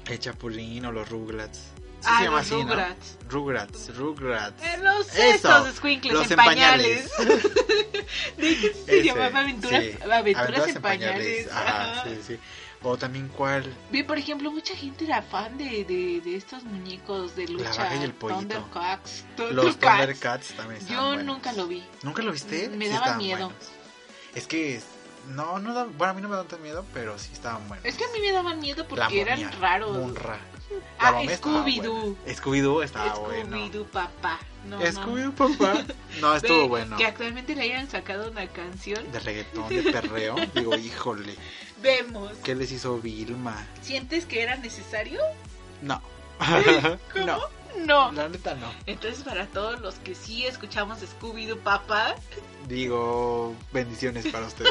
Speaker 1: El Chapulín o los Rugrats. Sí
Speaker 2: ah,
Speaker 1: se llama
Speaker 2: los
Speaker 1: así, ¿no?
Speaker 2: Rugrats.
Speaker 1: Rugrats, Rugrats.
Speaker 2: Eh, los
Speaker 1: Eso,
Speaker 2: estos escuincles
Speaker 1: los
Speaker 2: en pañales. ¿De qué se
Speaker 1: Ese,
Speaker 2: llamaba <laughs> Aventuras,
Speaker 1: sí.
Speaker 2: aventuras en Pañales?
Speaker 1: Ajá,
Speaker 2: Ajá.
Speaker 1: sí, sí. O también cuál.
Speaker 2: Bien, por ejemplo, mucha gente era fan de, de, de estos muñecos de lucha.
Speaker 1: La vaca y el pollito.
Speaker 2: Thundercats.
Speaker 1: Los Thundercats Ah, también
Speaker 2: Yo
Speaker 1: estaban buenos.
Speaker 2: nunca lo vi. Mm,
Speaker 1: ¿Nunca lo viste?
Speaker 2: Me
Speaker 1: Sí
Speaker 2: daba
Speaker 1: estaban
Speaker 2: miedo.
Speaker 1: buenos. Es que. No, no da- Bueno, a mí no me dan tan miedo, pero sí estaban buenos.
Speaker 2: Es que a mí me daban miedo
Speaker 1: La
Speaker 2: porque eran
Speaker 1: momia,
Speaker 2: raros.
Speaker 1: Munra. La
Speaker 2: Ah,
Speaker 1: momia estaba
Speaker 2: Scooby-Doo.
Speaker 1: buena. Scooby-Doo estaba bueno.
Speaker 2: Scooby-Doo, papá. No,
Speaker 1: Scooby-Doo, papá.
Speaker 2: <laughs>
Speaker 1: No,
Speaker 2: mames.
Speaker 1: estuvo
Speaker 2: Ve,
Speaker 1: bueno.
Speaker 2: Que actualmente le hayan sacado una canción.
Speaker 1: De reggaetón, de perreo. Digo, híjole.
Speaker 2: Vemos.
Speaker 1: ¿Qué les hizo Vilma?
Speaker 2: ¿Sientes que era necesario? <laughs>
Speaker 1: No.
Speaker 2: ¿Cómo?
Speaker 1: No,
Speaker 2: No.
Speaker 1: la neta no.
Speaker 2: Entonces, para todos los que sí escuchamos Scooby-Doo, papá.
Speaker 1: Digo, bendiciones para
Speaker 2: <laughs>
Speaker 1: ustedes.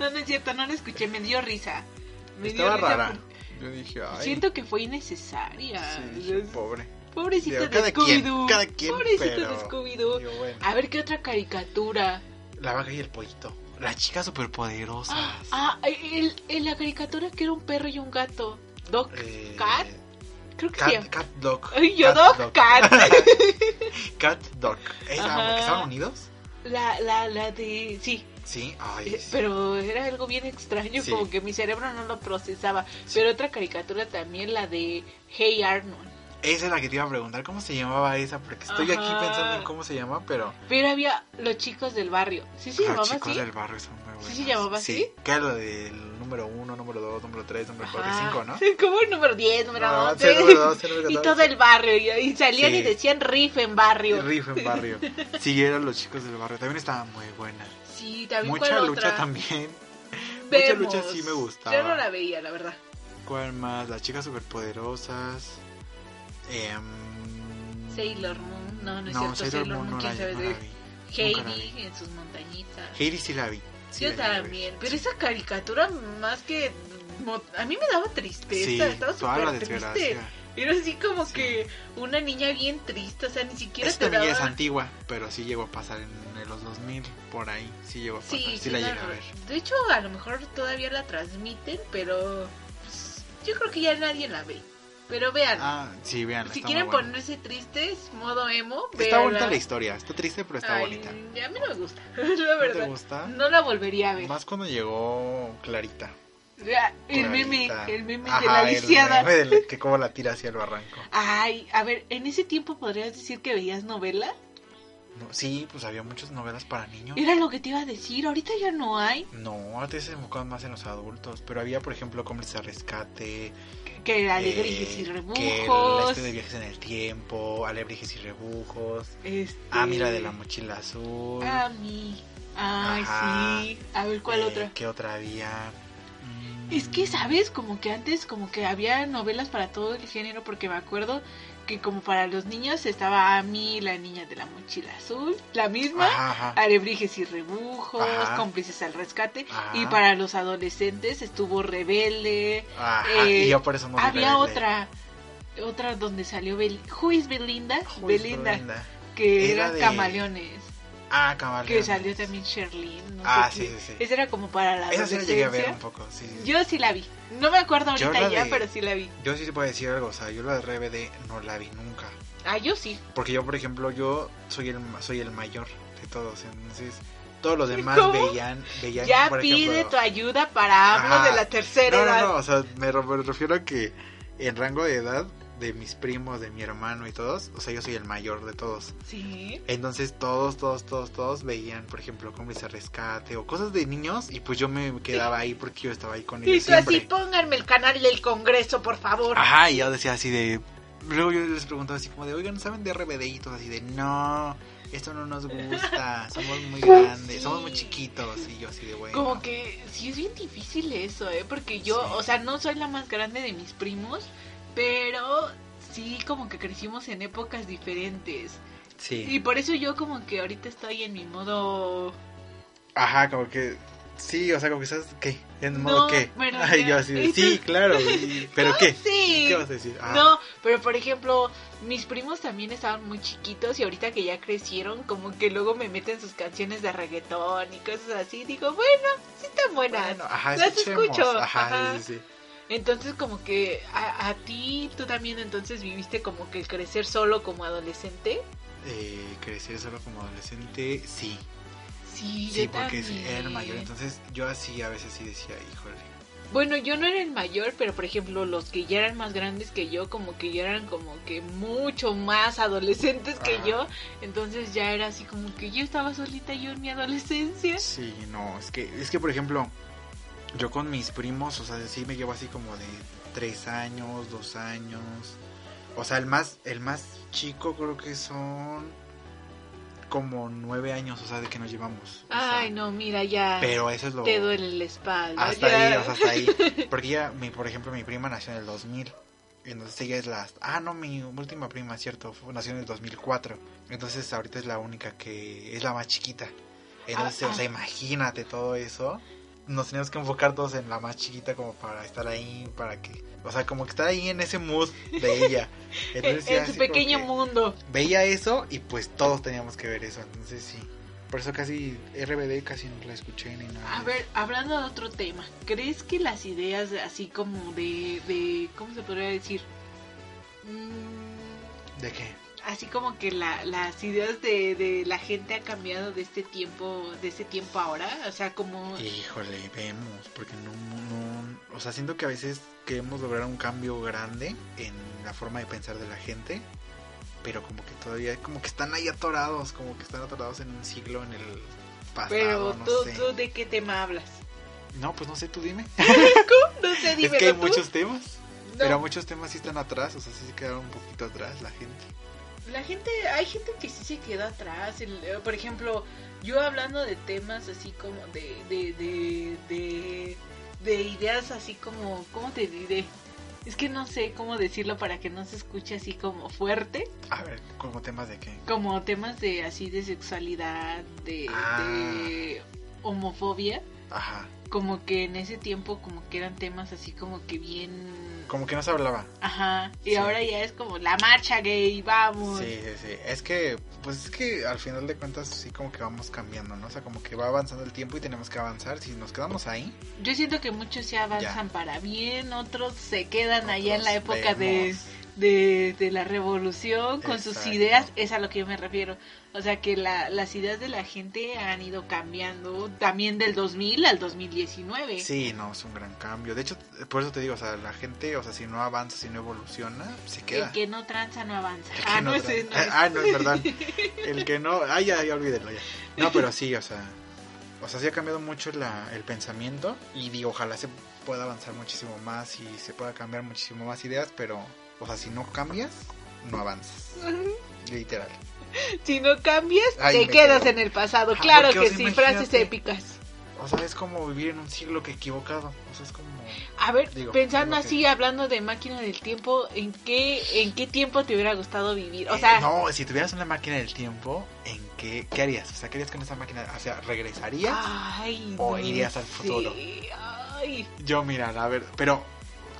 Speaker 2: No, no es cierto, no la escuché. Me dio risa. Me dio
Speaker 1: Estaba
Speaker 2: risa
Speaker 1: rara.
Speaker 2: porque
Speaker 1: Yo dije, ay.
Speaker 2: Siento que fue innecesaria.
Speaker 1: sí, dije, pobre.
Speaker 2: Pobrecito
Speaker 1: Digo,
Speaker 2: de
Speaker 1: cada
Speaker 2: Scooby-Doo.
Speaker 1: quien, cada quien,
Speaker 2: Pobrecito de
Speaker 1: pero-
Speaker 2: Scooby-Doo.
Speaker 1: Digo, bueno.
Speaker 2: A ver qué otra caricatura.
Speaker 1: La vaca y el pollito. Las chicas superpoderosas.
Speaker 2: Ah, el, el- la caricatura que era un perro y un gato. Doc,
Speaker 1: Eh,
Speaker 2: Cat, creo que
Speaker 1: Cat,
Speaker 2: sí.
Speaker 1: cat Dog.
Speaker 2: Ay, yo
Speaker 1: Cat
Speaker 2: Doc Cat.
Speaker 1: <laughs> Cat Dog. ¿Estaban,
Speaker 2: Ajá.
Speaker 1: ¿Estaban unidos?
Speaker 2: La, la, la de. Sí,
Speaker 1: Sí. Ay,
Speaker 2: eh,
Speaker 1: sí.
Speaker 2: pero era algo bien extraño,
Speaker 1: Sí.
Speaker 2: como que mi cerebro no lo procesaba.
Speaker 1: Sí.
Speaker 2: Pero otra caricatura también, la de Hey Arnold.
Speaker 1: Esa es la que te iba a preguntar. ¿Cómo se llamaba esa? Porque estoy
Speaker 2: Ajá.
Speaker 1: aquí pensando en cómo se llama, pero.
Speaker 2: Pero había los chicos del barrio. ¿Sí se
Speaker 1: los
Speaker 2: llamaba
Speaker 1: Ah, chicos
Speaker 2: así?
Speaker 1: del barrio son muy buenos.
Speaker 2: se llamaba así?
Speaker 1: Que era lo del número 1, número 2, número 3, número 4 y
Speaker 2: Ajá.
Speaker 1: 5, ¿no?
Speaker 2: <laughs> Como el número 10, número
Speaker 1: No,
Speaker 2: 11.
Speaker 1: sí, número 12, número
Speaker 2: <laughs> y
Speaker 1: 14.
Speaker 2: todo el barrio. Y, y salían
Speaker 1: Sí.
Speaker 2: y decían riff en barrio.
Speaker 1: Riff en
Speaker 2: <laughs>
Speaker 1: barrio. Sí, eran los chicos del barrio. También estaba muy buena.
Speaker 2: Sí, también
Speaker 1: Mucha
Speaker 2: cuál
Speaker 1: lucha
Speaker 2: otra.
Speaker 1: también.
Speaker 2: Vemos.
Speaker 1: Mucha lucha sí me gustaba.
Speaker 2: Yo no la veía, la verdad.
Speaker 1: ¿Cuál más? Las chicas superpoderosas. Em,
Speaker 2: Sailor Moon, no, no es
Speaker 1: No,
Speaker 2: cierto.
Speaker 1: Sailor Moon no la,
Speaker 2: quién sabe
Speaker 1: no
Speaker 2: de-
Speaker 1: la vi. nunca la
Speaker 2: Heidi en sus montañitas.
Speaker 1: Heidi sí la vi. Sí
Speaker 2: Yo
Speaker 1: la llegué a ver.
Speaker 2: también, pero
Speaker 1: Sí.
Speaker 2: esa caricatura más que mo- a mí me daba
Speaker 1: Sí,
Speaker 2: tristeza, estaba
Speaker 1: toda la
Speaker 2: súper triste.
Speaker 1: desgracia.
Speaker 2: Era así como
Speaker 1: Sí.
Speaker 2: que una niña bien triste, o sea, ni siquiera
Speaker 1: Esta
Speaker 2: te
Speaker 1: también
Speaker 2: daba
Speaker 1: ya es antigua, pero sí llegó a pasar en, en los 2000, por ahí. Sí llegó a pasar. Sí, la llegué a
Speaker 2: claro.
Speaker 1: ver.
Speaker 2: De hecho, a lo mejor todavía la transmiten, pero pues, yo creo que ya nadie la ve. Pero vean,
Speaker 1: Ah, sí, vean.
Speaker 2: si quieren ponerse tristes, modo emo,
Speaker 1: Está bonita
Speaker 2: véanla.
Speaker 1: la historia. Está triste, pero está
Speaker 2: Ay,
Speaker 1: bonita. ¿No
Speaker 2: A mí no me gusta, <laughs> la
Speaker 1: te
Speaker 2: verdad.
Speaker 1: gusta?
Speaker 2: No la volvería a ver.
Speaker 1: Más cuando llegó Clarita.
Speaker 2: Ya, El meme,
Speaker 1: Clarita.
Speaker 2: el meme de
Speaker 1: Ajá,
Speaker 2: la
Speaker 1: el
Speaker 2: lisiada.
Speaker 1: meme de la- que como la tira hacia el barranco.
Speaker 2: Ay, a ver, en ese tiempo podrías decir que veías novelas.
Speaker 1: No, sí, pues había muchas novelas para niños.
Speaker 2: Era lo que te iba a decir, ahorita ya no hay.
Speaker 1: No, antes se enfocaban más en los adultos. Pero había, por ejemplo, Cómplices de Rescate.
Speaker 2: Que era alegrías
Speaker 1: Alebrijes
Speaker 2: y
Speaker 1: Eh, Que el-
Speaker 2: rebujos.
Speaker 1: este de viajes en el tiempo. Alebrijes y rebujos.
Speaker 2: este...
Speaker 1: Ah, mira, de la mochila azul.
Speaker 2: A mí. Ay,
Speaker 1: Ajá.
Speaker 2: sí. A ver, Ah, ¿cuál
Speaker 1: Eh,
Speaker 2: otra?
Speaker 1: ¿Qué otra había? Mm,
Speaker 2: Es que, ¿sabes? Como que antes como que había novelas para todo el género, porque me acuerdo que como para los niños estaba Amy, la niña de la mochila azul, la misma,
Speaker 1: Ajá, ajá.
Speaker 2: Alebrijes y rebujos,
Speaker 1: Ajá.
Speaker 2: cómplices al rescate.
Speaker 1: Ajá.
Speaker 2: Y para los adolescentes estuvo Rebelde.
Speaker 1: Ajá,
Speaker 2: eh,
Speaker 1: y yo por eso no vi
Speaker 2: Había
Speaker 1: Rebelde.
Speaker 2: otra, otra donde salió Bel Who is Belinda,
Speaker 1: Uy,
Speaker 2: Belinda,
Speaker 1: Belinda.
Speaker 2: que
Speaker 1: Era
Speaker 2: eran
Speaker 1: de-
Speaker 2: camaleones,
Speaker 1: Ah, Camaleones.
Speaker 2: que salió también Sherlyn. No
Speaker 1: Ah,
Speaker 2: sé
Speaker 1: sí,
Speaker 2: qué.
Speaker 1: sí, sí.
Speaker 2: Esa era como para la
Speaker 1: Esa sí la
Speaker 2: adolescencia.
Speaker 1: llegué a ver un poco. Sí, sí, sí.
Speaker 2: Yo sí la vi. No me acuerdo
Speaker 1: Yo
Speaker 2: ahorita
Speaker 1: la
Speaker 2: ya,
Speaker 1: de-
Speaker 2: pero sí la vi.
Speaker 1: Yo sí te puedo decir algo, o sea, yo la de RBD no la vi nunca.
Speaker 2: Ah, yo sí.
Speaker 1: Porque yo, por ejemplo, yo soy el ma- soy el mayor de todos, entonces todos los demás
Speaker 2: ¿Cómo?
Speaker 1: veían veían
Speaker 2: Ya
Speaker 1: por
Speaker 2: pide
Speaker 1: ejemplo-
Speaker 2: tu ayuda para hablo
Speaker 1: Ajá.
Speaker 2: de la tercera
Speaker 1: No,
Speaker 2: edad.
Speaker 1: no, no, o sea, me, re- me refiero a que en rango de edad de mis primos, de mi hermano y todos, o sea, yo soy el mayor de todos.
Speaker 2: Sí.
Speaker 1: Entonces todos, todos, todos, todos veían, por ejemplo, cómplices de rescate o cosas de niños y pues yo me quedaba ahí porque yo estaba ahí con
Speaker 2: Y
Speaker 1: ellos
Speaker 2: tú así,
Speaker 1: siempre. Ah,
Speaker 2: pónganme el canal del Congreso, por favor.
Speaker 1: Ajá, y yo decía así de. Luego yo les preguntaba así como de, oigan, ¿saben de RBD? Y todos así de, no, esto no nos gusta, somos
Speaker 2: <laughs>
Speaker 1: muy grandes,
Speaker 2: Sí.
Speaker 1: somos muy chiquitos. Y yo así de, bueno.
Speaker 2: Como que sí es bien difícil eso, ¿eh? Porque yo,
Speaker 1: Sí.
Speaker 2: o sea, no soy la más grande de mis primos, pero sí como que crecimos en épocas diferentes. Y
Speaker 1: Sí.
Speaker 2: por eso yo como que ahorita estoy en mi modo...
Speaker 1: Ajá, como que. Sí, o sea, como que estás, ¿qué? ¿En modo
Speaker 2: No,
Speaker 1: qué?
Speaker 2: pero
Speaker 1: Ay,
Speaker 2: ya,
Speaker 1: yo así de,
Speaker 2: esto
Speaker 1: sí,
Speaker 2: es-
Speaker 1: claro.
Speaker 2: <laughs>
Speaker 1: y- ¿Pero qué?
Speaker 2: ¡Oh, Sí.
Speaker 1: ¿Qué vas a decir? Ah,
Speaker 2: No, pero por ejemplo, mis primos también estaban muy chiquitos y ahorita que ya crecieron, como que luego me meten sus canciones de reggaetón y cosas así. Digo, bueno, sí están buenas.
Speaker 1: Bueno, ajá,
Speaker 2: las
Speaker 1: escuchemos.
Speaker 2: escucho,
Speaker 1: Ajá,
Speaker 2: ajá.
Speaker 1: sí, sí, sí.
Speaker 2: Entonces como que a, a ti, tú también entonces viviste como que el crecer solo como adolescente.
Speaker 1: Eh, crecer solo como adolescente, sí.
Speaker 2: Sí,
Speaker 1: Sí,
Speaker 2: yo
Speaker 1: porque
Speaker 2: también.
Speaker 1: era el mayor. Entonces yo así a veces sí decía, híjole,
Speaker 2: Bueno, yo no era el mayor, pero por ejemplo, los que ya eran más grandes que yo, como que ya eran como que mucho más adolescentes que
Speaker 1: Ajá.
Speaker 2: yo, entonces ya era así como que yo estaba solita yo en mi adolescencia.
Speaker 1: Sí, no, es que, es que por ejemplo, yo con mis primos, o sea, sí me llevo así como de tres años, dos años. O sea, el más, el más chico creo que son como nueve años, o sea, de que nos llevamos. o sea,
Speaker 2: Ay, no, mira, ya
Speaker 1: Pero eso es lo...
Speaker 2: te duele la espalda.
Speaker 1: Hasta
Speaker 2: ya.
Speaker 1: ahí, o sea, hasta
Speaker 2: <laughs>
Speaker 1: ahí. Porque ella, mi, por ejemplo, mi prima nació en el 2000. Entonces ella es la... Ah, no, mi última prima, cierto. fue- Nació en el 2004. Entonces ahorita es la única que... Es la más chiquita. Entonces,
Speaker 2: Ah,
Speaker 1: o sea,
Speaker 2: ah.
Speaker 1: imagínate todo eso. Nos teníamos que enfocar todos en la más chiquita como para estar ahí, para que... O sea, como que estar ahí en ese mood de
Speaker 2: <laughs>
Speaker 1: ella. Entonces,
Speaker 2: en
Speaker 1: así
Speaker 2: su
Speaker 1: como
Speaker 2: pequeño
Speaker 1: que
Speaker 2: mundo.
Speaker 1: Veía eso y pues todos teníamos que ver eso. Entonces sí. Por eso casi RBD casi no la escuché ni nada.
Speaker 2: A
Speaker 1: de
Speaker 2: ver, hablando de otro tema, ¿crees que las ideas así como de, de ¿cómo se podría decir? Mm,
Speaker 1: eso. ¿De qué?
Speaker 2: así como que la- las ideas de, de la gente ha cambiado de este tiempo, de este tiempo ahora, o sea, como
Speaker 1: Híjole, vemos, porque no, no, o sea, siento que a veces queremos lograr un cambio grande en la forma de pensar de la gente, pero como que todavía, como que están ahí atorados, como que están atorados en un siglo, en el pasado,
Speaker 2: pero
Speaker 1: no
Speaker 2: tú,
Speaker 1: sé.
Speaker 2: tú de qué tema hablas?
Speaker 1: No, pues no sé, tú dime. <laughs>
Speaker 2: No sé,
Speaker 1: es
Speaker 2: dímelo
Speaker 1: que hay
Speaker 2: tú.
Speaker 1: muchos temas,
Speaker 2: No,
Speaker 1: pero muchos temas sí están atrás, o sea, sí se quedaron un poquito atrás la gente.
Speaker 2: la gente, hay gente que sí se queda atrás, el- eh, por ejemplo, yo hablando de temas así como de, de, de, de, de ideas así como, ¿cómo te diré? Es que no sé cómo decirlo para que no se escuche así como fuerte,
Speaker 1: A ver, como temas de qué.
Speaker 2: como temas de así de sexualidad, de,
Speaker 1: Ah.
Speaker 2: de homofobia,
Speaker 1: Ajá,
Speaker 2: como que en ese tiempo como que eran temas así como que bien,
Speaker 1: como que no se hablaba.
Speaker 2: ajá, y
Speaker 1: Sí.
Speaker 2: ahora ya es como la marcha gay, vamos.
Speaker 1: Sí, sí, sí. Es que, pues es que al final de cuentas sí como que vamos cambiando, ¿no? O sea, como que va avanzando el tiempo y tenemos que avanzar. Si nos quedamos ahí,
Speaker 2: Yo siento que muchos se avanzan para bien, otros se quedan allá en la
Speaker 1: nosotros
Speaker 2: época de,
Speaker 1: vemos.
Speaker 2: de, de la revolución con sus
Speaker 1: Exacto.
Speaker 2: ideas, es a lo que yo me refiero. O sea que la- las ideas de la gente han ido cambiando también del 2000 al 2019.
Speaker 1: Sí, no, es un gran cambio. De hecho, por eso te digo, o sea, la gente, o sea, si no avanza, si no evoluciona, se queda.
Speaker 2: El que no tranza no avanza.
Speaker 1: <laughs> El que
Speaker 2: Ah, no,
Speaker 1: tra-
Speaker 2: ese no es.
Speaker 1: Ah, no, es verdad. El que no... Ah, ya, ya, olvídelo ya.
Speaker 2: <laughs>
Speaker 1: No, pero sí, o sea... O sea, sí ha cambiado mucho la- el pensamiento y digo, ojalá se pueda avanzar muchísimo más y se pueda cambiar muchísimo más ideas, pero, o sea, si no cambias, no avanzas. Literal.
Speaker 2: <laughs> Si no cambias,
Speaker 1: Ay,
Speaker 2: te
Speaker 1: me
Speaker 2: quedas
Speaker 1: quedo.
Speaker 2: en el pasado.
Speaker 1: Ah,
Speaker 2: Claro
Speaker 1: porque, o
Speaker 2: que
Speaker 1: sea,
Speaker 2: sí,
Speaker 1: imagínate.
Speaker 2: frases épicas.
Speaker 1: O sea, es como vivir en un siglo que equivocado. O sea, es como.
Speaker 2: A ver,
Speaker 1: Digo,
Speaker 2: pensando
Speaker 1: digo que-
Speaker 2: así, hablando de máquina del tiempo, ¿en qué, ¿en qué tiempo te hubiera gustado vivir? O sea,
Speaker 1: Eh, no, si tuvieras una máquina del tiempo, ¿en qué, qué harías? O sea, ¿qué harías con esa máquina? O sea, ¿regresarías?
Speaker 2: ay,
Speaker 1: o
Speaker 2: no
Speaker 1: irías al
Speaker 2: sé.
Speaker 1: futuro?
Speaker 2: Ay,
Speaker 1: Yo, mira, a ver, pero.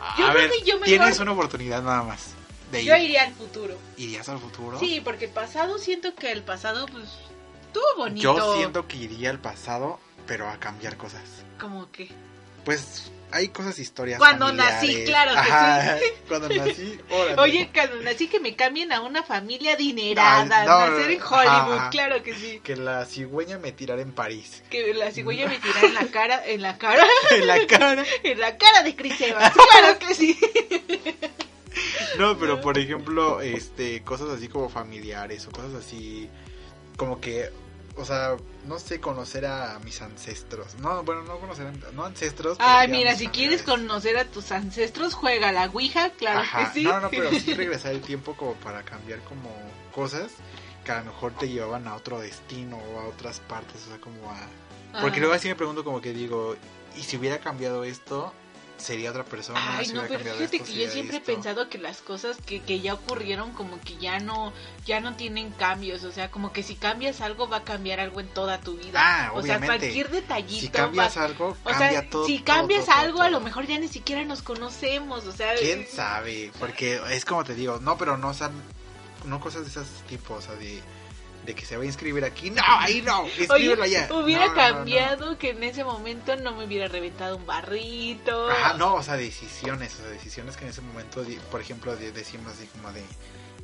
Speaker 1: A
Speaker 2: Yo creo
Speaker 1: ver,
Speaker 2: que yo mejor-
Speaker 1: tienes una oportunidad nada más. De ir.
Speaker 2: yo iría al futuro.
Speaker 1: ¿Irías al futuro?
Speaker 2: Sí, porque el pasado siento que el pasado pues estuvo bonito.
Speaker 1: Yo siento que iría al pasado, pero a cambiar cosas.
Speaker 2: como que
Speaker 1: Pues hay cosas, historias.
Speaker 2: Cuando nací,
Speaker 1: familiares.
Speaker 2: claro que
Speaker 1: Ajá, <laughs> Cuando nací, órale.
Speaker 2: Oye, Canon, así que me cambien a una familia adinerada,
Speaker 1: No, no,
Speaker 2: nacer en
Speaker 1: ajá,
Speaker 2: Hollywood,
Speaker 1: ajá.
Speaker 2: claro que sí.
Speaker 1: Que la cigüeña me tirara en París. <laughs>
Speaker 2: Que la cigüeña me tirara en la cara, en la cara,
Speaker 1: en <laughs> la cara.
Speaker 2: en la cara de Chris Evans, claro
Speaker 1: <laughs>
Speaker 2: que sí.
Speaker 1: No, pero por ejemplo, este, cosas así como familiares o cosas así como que, o sea, no sé, conocer a mis ancestros. No, bueno, no conocer, a- no ancestros. pero
Speaker 2: Ay,
Speaker 1: sí a
Speaker 2: mira,
Speaker 1: mis
Speaker 2: si quieres
Speaker 1: familiares.
Speaker 2: conocer a tus ancestros, juega a la Ouija, claro
Speaker 1: Ajá,
Speaker 2: que sí.
Speaker 1: No, no,
Speaker 2: <laughs>
Speaker 1: pero sí regresar el tiempo como para cambiar como cosas que a lo mejor te llevaban a otro destino o a otras partes, o sea, como a... Porque
Speaker 2: Ajá.
Speaker 1: luego así me pregunto como que digo, ¿y si hubiera cambiado esto? ¿Sería otra persona?
Speaker 2: Ay,
Speaker 1: Si
Speaker 2: no,
Speaker 1: hubiera
Speaker 2: pero
Speaker 1: cambiado
Speaker 2: fíjate
Speaker 1: esto,
Speaker 2: que yo
Speaker 1: sería
Speaker 2: siempre he
Speaker 1: esto.
Speaker 2: pensado que las cosas que, que ya ocurrieron como que ya no ya no tienen cambios, o sea, como que si cambias algo va a cambiar algo en toda tu vida.
Speaker 1: Ah,
Speaker 2: o sea,
Speaker 1: obviamente.
Speaker 2: cualquier detallito
Speaker 1: Si
Speaker 2: va-
Speaker 1: cambias algo,
Speaker 2: o
Speaker 1: cambia
Speaker 2: sea,
Speaker 1: todo.
Speaker 2: si
Speaker 1: todo,
Speaker 2: cambias
Speaker 1: todo, todo,
Speaker 2: algo, a
Speaker 1: todo.
Speaker 2: lo mejor ya ni siquiera nos conocemos, o sea, eh,
Speaker 1: ¿Quién sabe? Porque es como te digo, no, pero no, o sea, no cosas de esos tipos, o sea, de, de que se va a inscribir aquí. No, ahí no,
Speaker 2: Oye,
Speaker 1: inscríbelo allá.
Speaker 2: hubiera
Speaker 1: No, no, no, no.
Speaker 2: cambiado que en ese momento no me hubiera reventado un barrito.
Speaker 1: Ajá, no, o sea, decisiones, o sea, decisiones que en ese momento, di- por ejemplo, de- decimos así como de,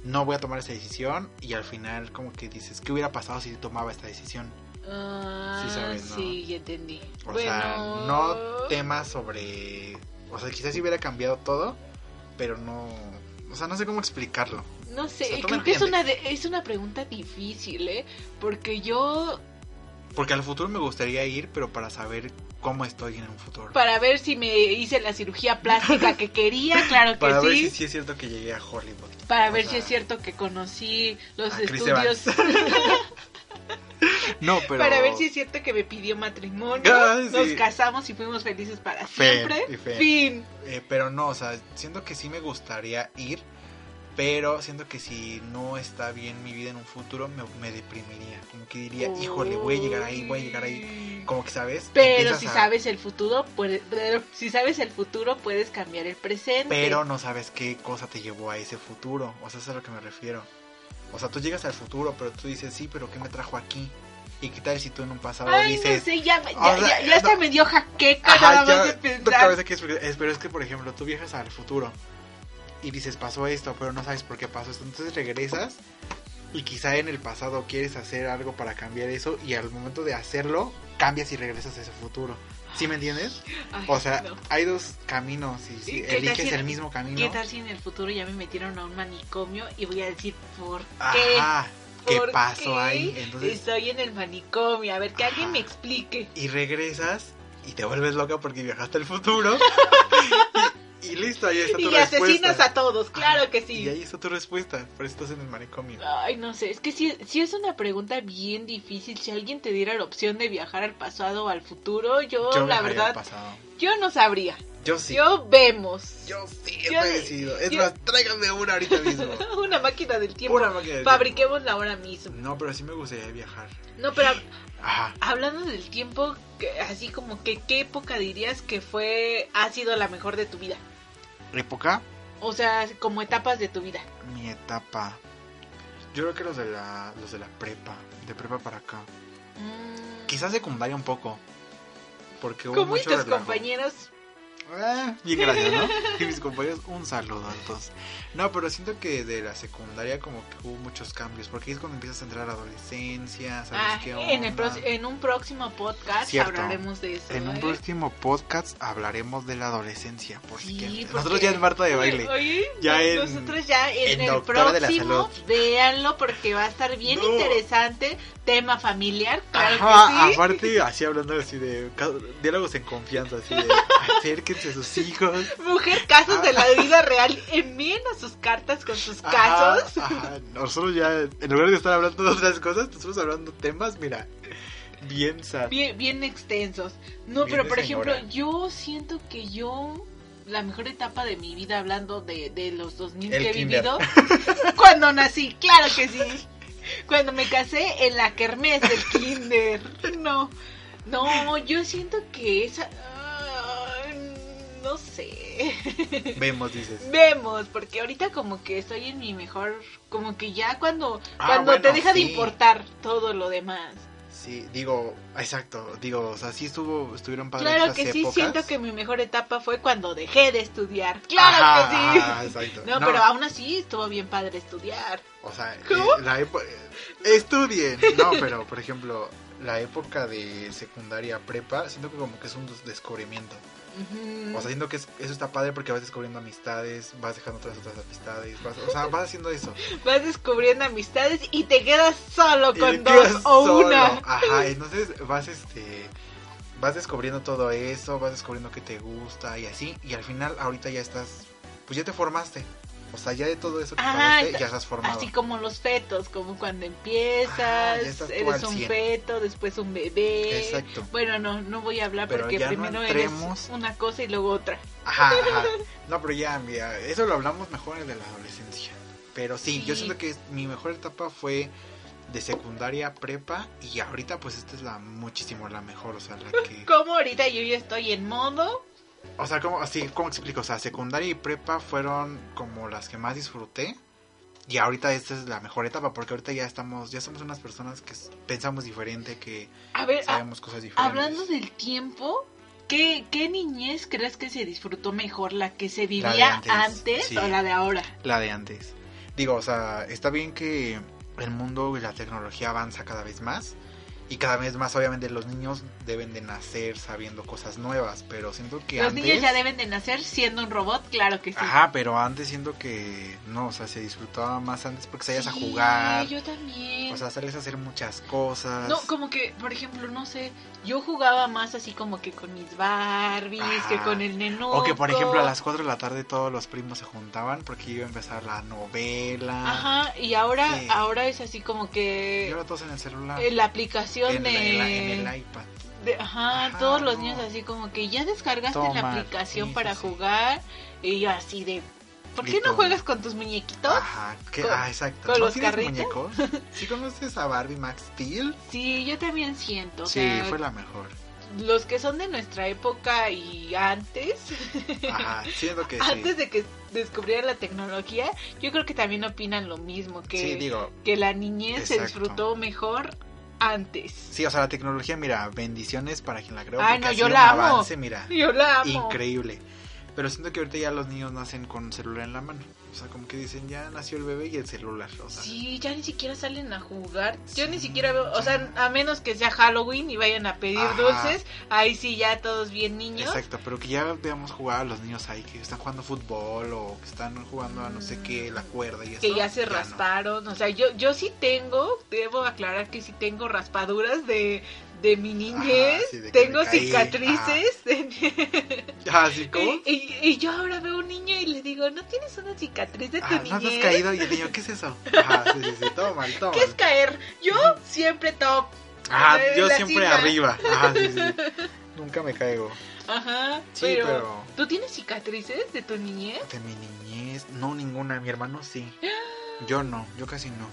Speaker 1: no voy a tomar esa decisión y al final como que dices, ¿qué hubiera pasado si tomaba esta decisión?
Speaker 2: Ah,
Speaker 1: Sí sabes, ¿no?
Speaker 2: sí, ya entendí.
Speaker 1: O
Speaker 2: Bueno,
Speaker 1: sea, no temas sobre... O sea, quizás si hubiera cambiado todo, pero no... O sea, no sé cómo explicarlo.
Speaker 2: No sé,
Speaker 1: o sea, tú me
Speaker 2: creo que es una,
Speaker 1: entiendes.
Speaker 2: de- es una pregunta difícil, ¿eh? Porque yo,
Speaker 1: Porque al futuro me gustaría ir, pero para saber cómo estoy en un futuro.
Speaker 2: para ver si me hice la cirugía plástica que quería, claro
Speaker 1: <laughs>
Speaker 2: que
Speaker 1: Para
Speaker 2: sí.
Speaker 1: ver si sí es cierto que llegué a Hollywood.
Speaker 2: para
Speaker 1: o
Speaker 2: ver
Speaker 1: sea,
Speaker 2: si es cierto que conocí los
Speaker 1: a Chris
Speaker 2: estudios.
Speaker 1: No, pero...
Speaker 2: <laughs> Para ver si es cierto que me pidió matrimonio.
Speaker 1: Ah, sí.
Speaker 2: Nos casamos y fuimos felices para
Speaker 1: Fe,
Speaker 2: siempre.
Speaker 1: y fe.
Speaker 2: Fin.
Speaker 1: Eh, pero no, o sea, siento que sí me gustaría ir, pero siento que si no está bien mi vida en un futuro, me, me deprimiría. Como que diría, híjole, voy a llegar ahí, voy a llegar ahí.
Speaker 2: ahí.
Speaker 1: Como que sabes.
Speaker 2: Pero
Speaker 1: empiezas
Speaker 2: si
Speaker 1: a-
Speaker 2: sabes el futuro, puede- pero si sabes el futuro puedes cambiar el presente.
Speaker 1: Pero no sabes qué cosa te llevó a ese futuro. O sea, eso es a lo que me refiero. O sea, tú llegas al futuro, pero tú dices, sí, pero ¿qué me trajo aquí? ¿Y qué tal si tú en un pasado
Speaker 2: Ay,
Speaker 1: dices,
Speaker 2: no sé, ya, ya,
Speaker 1: o sea,
Speaker 2: ya- ya hasta
Speaker 1: no.
Speaker 2: me dio jaqueca
Speaker 1: Ajá,
Speaker 2: nada más de
Speaker 1: ya, tu
Speaker 2: pensar.
Speaker 1: cabeza que es, es- pero es que por ejemplo tú viajas al futuro y dices pasó esto, pero no sabes por qué pasó esto, entonces regresas y quizá en el pasado quieres hacer algo para cambiar eso y al momento de hacerlo cambias y regresas a ese futuro. ¿Sí me entiendes?
Speaker 2: Ay,
Speaker 1: O sea,
Speaker 2: no.
Speaker 1: hay dos caminos y si
Speaker 2: ¿Y qué tal
Speaker 1: eliges
Speaker 2: si-
Speaker 1: el mismo
Speaker 2: ¿qué
Speaker 1: camino,
Speaker 2: tal si en el futuro ya me metieron a un manicomio y voy a decir por qué?
Speaker 1: ajá, ¿qué
Speaker 2: ¿Por
Speaker 1: pasó
Speaker 2: qué
Speaker 1: ahí? Entonces
Speaker 2: Estoy en el manicomio, a ver que alguien
Speaker 1: Ajá.
Speaker 2: me explique.
Speaker 1: y regresas y te vuelves loca porque viajaste al
Speaker 2: <laughs>
Speaker 1: futuro. <laughs> y, y listo, ahí está tu
Speaker 2: Y
Speaker 1: respuesta.
Speaker 2: asesinas a todos, claro que sí.
Speaker 1: Y
Speaker 2: Ah,
Speaker 1: ahí está tu respuesta, por eso estás en el manicomio.
Speaker 2: Ay, no sé, es que sí, sí es una pregunta bien difícil. Si alguien te diera la opción de viajar al pasado o al futuro, yo,
Speaker 1: Yo
Speaker 2: la
Speaker 1: viajaría al
Speaker 2: verdad,
Speaker 1: pasado.
Speaker 2: yo no sabría.
Speaker 1: Yo sí. Yo,
Speaker 2: Yo vemos.
Speaker 1: sí
Speaker 2: yo-
Speaker 1: estoy decidido. Es
Speaker 2: yo-
Speaker 1: más, tráiganme una ahorita
Speaker 2: <laughs>
Speaker 1: mismo.
Speaker 2: una máquina del tiempo.
Speaker 1: Una máquina del
Speaker 2: Fabriquémosla ahora mismo.
Speaker 1: tiempo. No, pero sí me gustaría viajar.
Speaker 2: No, pero hab-
Speaker 1: Ajá.
Speaker 2: hablando del tiempo, que- así como que, ¿qué época dirías que fue, ha sido la mejor de tu vida?
Speaker 1: Época,
Speaker 2: O sea, como etapas de tu vida.
Speaker 1: mi etapa. Yo creo que los de la, los de la prepa, de prepa para acá.
Speaker 2: Mm,
Speaker 1: Quizás secundaria un poco. Porque hubo
Speaker 2: ¿Cómo y
Speaker 1: mucho
Speaker 2: tus
Speaker 1: relajo.
Speaker 2: compañeros?
Speaker 1: Ah, bien, gracias,
Speaker 2: <laughs>
Speaker 1: ¿no? Y mis compañeros, un saludo a todos. No, pero siento que de la secundaria como que hubo muchos cambios. Porque ahí es cuando empiezas a entrar a la adolescencia, ¿sabes
Speaker 2: Ah,
Speaker 1: qué
Speaker 2: en, el
Speaker 1: onda?
Speaker 2: pro- en un próximo podcast
Speaker 1: Cierto.
Speaker 2: hablaremos de eso.
Speaker 1: En un
Speaker 2: ¿eh?
Speaker 1: próximo podcast hablaremos de la adolescencia, por si
Speaker 2: Sí,
Speaker 1: quieren.
Speaker 2: porque-
Speaker 1: Nosotros ya en Marta de Baile.
Speaker 2: <laughs> Oye,
Speaker 1: Ya
Speaker 2: no-
Speaker 1: en-
Speaker 2: nosotros ya en,
Speaker 1: en
Speaker 2: el
Speaker 1: Doctora de la
Speaker 2: próximo,
Speaker 1: Salud.
Speaker 2: véanlo porque va a estar bien
Speaker 1: No.
Speaker 2: interesante. Tema familiar, claro
Speaker 1: Ajá,
Speaker 2: que sí.
Speaker 1: aparte así hablando así de ca- diálogos en confianza, así de acérquense a sus hijos.
Speaker 2: Mujer, casos de la vida real, envíen a sus cartas con sus
Speaker 1: Ah. Ajá,
Speaker 2: casos.
Speaker 1: ajá. Nosotros ya, en lugar de estar hablando de otras cosas, estamos hablando temas, mira, bien sad.
Speaker 2: Bien, bien extensos. No,
Speaker 1: Bien
Speaker 2: pero
Speaker 1: de
Speaker 2: por ejemplo,
Speaker 1: señora.
Speaker 2: yo siento que yo, la mejor etapa de mi vida, hablando de, de los 2000
Speaker 1: El
Speaker 2: que he
Speaker 1: kinder. <laughs>
Speaker 2: vivido, cuando nací, claro que sí. Cuando me casé en la kermés del kinder. No, no, yo siento que esa... ay, no sé. <laughs>
Speaker 1: Vemos, dices.
Speaker 2: Vemos, porque ahorita como que estoy en mi mejor, como que ya cuando,
Speaker 1: Ah,
Speaker 2: cuando te
Speaker 1: bueno,
Speaker 2: deja de
Speaker 1: sí.
Speaker 2: importar todo lo demás.
Speaker 1: Sí, digo, exacto, digo, o sea, sí estuvo, estuvieron padres
Speaker 2: Claro
Speaker 1: esas
Speaker 2: que sí,
Speaker 1: épocas.
Speaker 2: siento que mi mejor etapa fue cuando dejé de estudiar. Claro
Speaker 1: Ajá, ajá,
Speaker 2: que sí.
Speaker 1: exacto.
Speaker 2: No, pero aún así estuvo bien padre estudiar.
Speaker 1: O sea,
Speaker 2: ¿Cómo?
Speaker 1: eh, la epo- eh, estudien. No, pero por ejemplo, la época de secundaria prepa, siento que como que es un des- descubrimiento.
Speaker 2: Ujú.
Speaker 1: O sea, siento que es- eso está padre porque vas descubriendo amistades, vas dejando otras otras amistades, vas- o sea, vas haciendo eso.
Speaker 2: Vas descubriendo amistades y te quedas solo
Speaker 1: Y
Speaker 2: <laughs> con
Speaker 1: te
Speaker 2: dos
Speaker 1: quedas
Speaker 2: o
Speaker 1: solo.
Speaker 2: una.
Speaker 1: Ajá, entonces vas este vas descubriendo todo eso, vas descubriendo que te gusta y así, y al final ahorita ya estás pues ya te formaste. O sea, ya de todo eso que
Speaker 2: Ajá,
Speaker 1: pasaste,
Speaker 2: está-
Speaker 1: ya estás formado.
Speaker 2: Así como los fetos, como cuando
Speaker 1: Ajá, ya
Speaker 2: empiezas,
Speaker 1: Ah, estás tú
Speaker 2: eres
Speaker 1: al
Speaker 2: un
Speaker 1: cien.
Speaker 2: feto, después un bebé.
Speaker 1: Exacto.
Speaker 2: Bueno, no, no voy a hablar
Speaker 1: Pero
Speaker 2: porque
Speaker 1: ya no
Speaker 2: primero eres
Speaker 1: entremos.
Speaker 2: una cosa y luego otra.
Speaker 1: Ajá, ajá. No, pero ya, mira, eso lo hablamos mejor en el de la adolescencia. Pero sí, yo
Speaker 2: Sí.
Speaker 1: siento que es- mi mejor etapa fue de secundaria, prepa, y ahorita pues esta es la muchísimo la mejor, o sea, la
Speaker 2: <laughs>
Speaker 1: que...
Speaker 2: Como ahorita yo ya estoy en modo,
Speaker 1: O sea, como, así, ¿cómo explico? O sea, secundaria y prepa fueron como las que más disfruté, y ahorita esta es la mejor etapa, porque ahorita ya estamos, ya somos unas personas que s- pensamos diferente, que
Speaker 2: a ver, a-
Speaker 1: sabemos cosas diferentes.
Speaker 2: Eh, ah, hablando del tiempo, ¿qué, qué niñez crees que se disfrutó mejor? ¿La que se
Speaker 1: de
Speaker 2: vivía
Speaker 1: antes,
Speaker 2: antes,
Speaker 1: sí.
Speaker 2: o la de ahora?
Speaker 1: la de antes. Digo, o sea, está bien que el mundo y la tecnología avanza cada vez más Y cada vez más, obviamente, los niños deben de nacer sabiendo cosas nuevas, pero siento que
Speaker 2: Los
Speaker 1: antes...
Speaker 2: niños ya deben de nacer siendo un robot, claro que sí.
Speaker 1: Ajá, pero antes siento que no, o sea, se disfrutaba más antes porque salías a
Speaker 2: Sí,
Speaker 1: jugar,
Speaker 2: Yo también.
Speaker 1: o sea, sales a hacer muchas cosas.
Speaker 2: No, como que, por ejemplo, no sé, yo jugaba más así como que con mis Barbies,
Speaker 1: Ajá.
Speaker 2: que con el nenuco.
Speaker 1: o que, por ejemplo, a las 4 de la tarde todos los primos se juntaban porque iba a empezar la novela.
Speaker 2: Ajá, y ahora,
Speaker 1: Sí.
Speaker 2: ahora es así como
Speaker 1: Y
Speaker 2: que
Speaker 1: ahora todos en el celular.
Speaker 2: eh, la aplicación
Speaker 1: en, la-
Speaker 2: de...
Speaker 1: en la- en el iPad.
Speaker 2: de- ajá,
Speaker 1: Ajá,
Speaker 2: todos los
Speaker 1: no.
Speaker 2: niños así como que ya descargaste la
Speaker 1: Toma,
Speaker 2: aplicación
Speaker 1: sí,
Speaker 2: para
Speaker 1: sí, sí.
Speaker 2: jugar y yo así de... ¿Por qué no
Speaker 1: Gritón.
Speaker 2: juegas con tus muñequitos?
Speaker 1: Ajá, que,
Speaker 2: Con-
Speaker 1: ah, exacto.
Speaker 2: con
Speaker 1: ¿No
Speaker 2: los
Speaker 1: tienes
Speaker 2: carritos.
Speaker 1: muñecos?
Speaker 2: <laughs>
Speaker 1: ¿Sí conoces a Barbie Max Steel?
Speaker 2: Sí, yo también siento. o
Speaker 1: sí,
Speaker 2: sea,
Speaker 1: fue la mejor.
Speaker 2: Los que son de nuestra época y antes, <laughs>
Speaker 1: Ajá, siento que Ah, sí.
Speaker 2: antes de que descubrieran la tecnología, yo creo que también opinan lo mismo, que,
Speaker 1: Sí, digo,
Speaker 2: que la niñez se
Speaker 1: Exacto.
Speaker 2: disfrutó mejor antes. <laughs>
Speaker 1: sí, o sea, la tecnología, mira, bendiciones para quien la creó.
Speaker 2: Ay,
Speaker 1: porque
Speaker 2: no,
Speaker 1: ha
Speaker 2: yo
Speaker 1: sido
Speaker 2: la
Speaker 1: un
Speaker 2: amo.
Speaker 1: avance, mira,
Speaker 2: Yo la amo.
Speaker 1: increíble. Pero siento que ahorita ya los niños nacen con un celular en la mano. O sea, como que dicen, ya nació el bebé y el celular. O sea,
Speaker 2: Sí, ya ni siquiera salen a jugar. Yo ni
Speaker 1: Sí,
Speaker 2: siquiera veo, o
Speaker 1: ya.
Speaker 2: sea, a menos que sea Halloween y vayan a pedir
Speaker 1: Ajá.
Speaker 2: dulces, ahí sí ya todos bien niños.
Speaker 1: Exacto, pero que ya veamos jugar a los niños ahí que están jugando fútbol o que están jugando a no sé qué, la cuerda y eso.
Speaker 2: que ya se
Speaker 1: no.
Speaker 2: rasparon, o sea, yo yo sí tengo, debo aclarar que sí tengo raspaduras de, de mi niñez,
Speaker 1: sí, de que
Speaker 2: tengo
Speaker 1: me caí,
Speaker 2: cicatrices, <laughs>
Speaker 1: Ah, sí, ¿cómo?
Speaker 2: y, y- y yo ahora veo a un niño y le digo, ¿no tienes una cicatriz de tu
Speaker 1: Ah, no
Speaker 2: niñez?
Speaker 1: te has caído y el niño, ¿qué es eso? Ah, sí, sí, sí, todo mal, todo
Speaker 2: ¿Qué es
Speaker 1: mal.
Speaker 2: caer? Yo siempre top,
Speaker 1: Ah,
Speaker 2: en
Speaker 1: yo
Speaker 2: la
Speaker 1: siempre
Speaker 2: cima?
Speaker 1: arriba. Ah, sí, sí,
Speaker 2: <laughs>
Speaker 1: sí. Nunca me caigo.
Speaker 2: ajá,
Speaker 1: Sí,
Speaker 2: pero,
Speaker 1: pero-
Speaker 2: ¿tú tienes cicatrices de tu niñez?
Speaker 1: De mi niñez, no ninguna, mi hermano
Speaker 2: <gasps>
Speaker 1: sí. Yo no, yo casi no.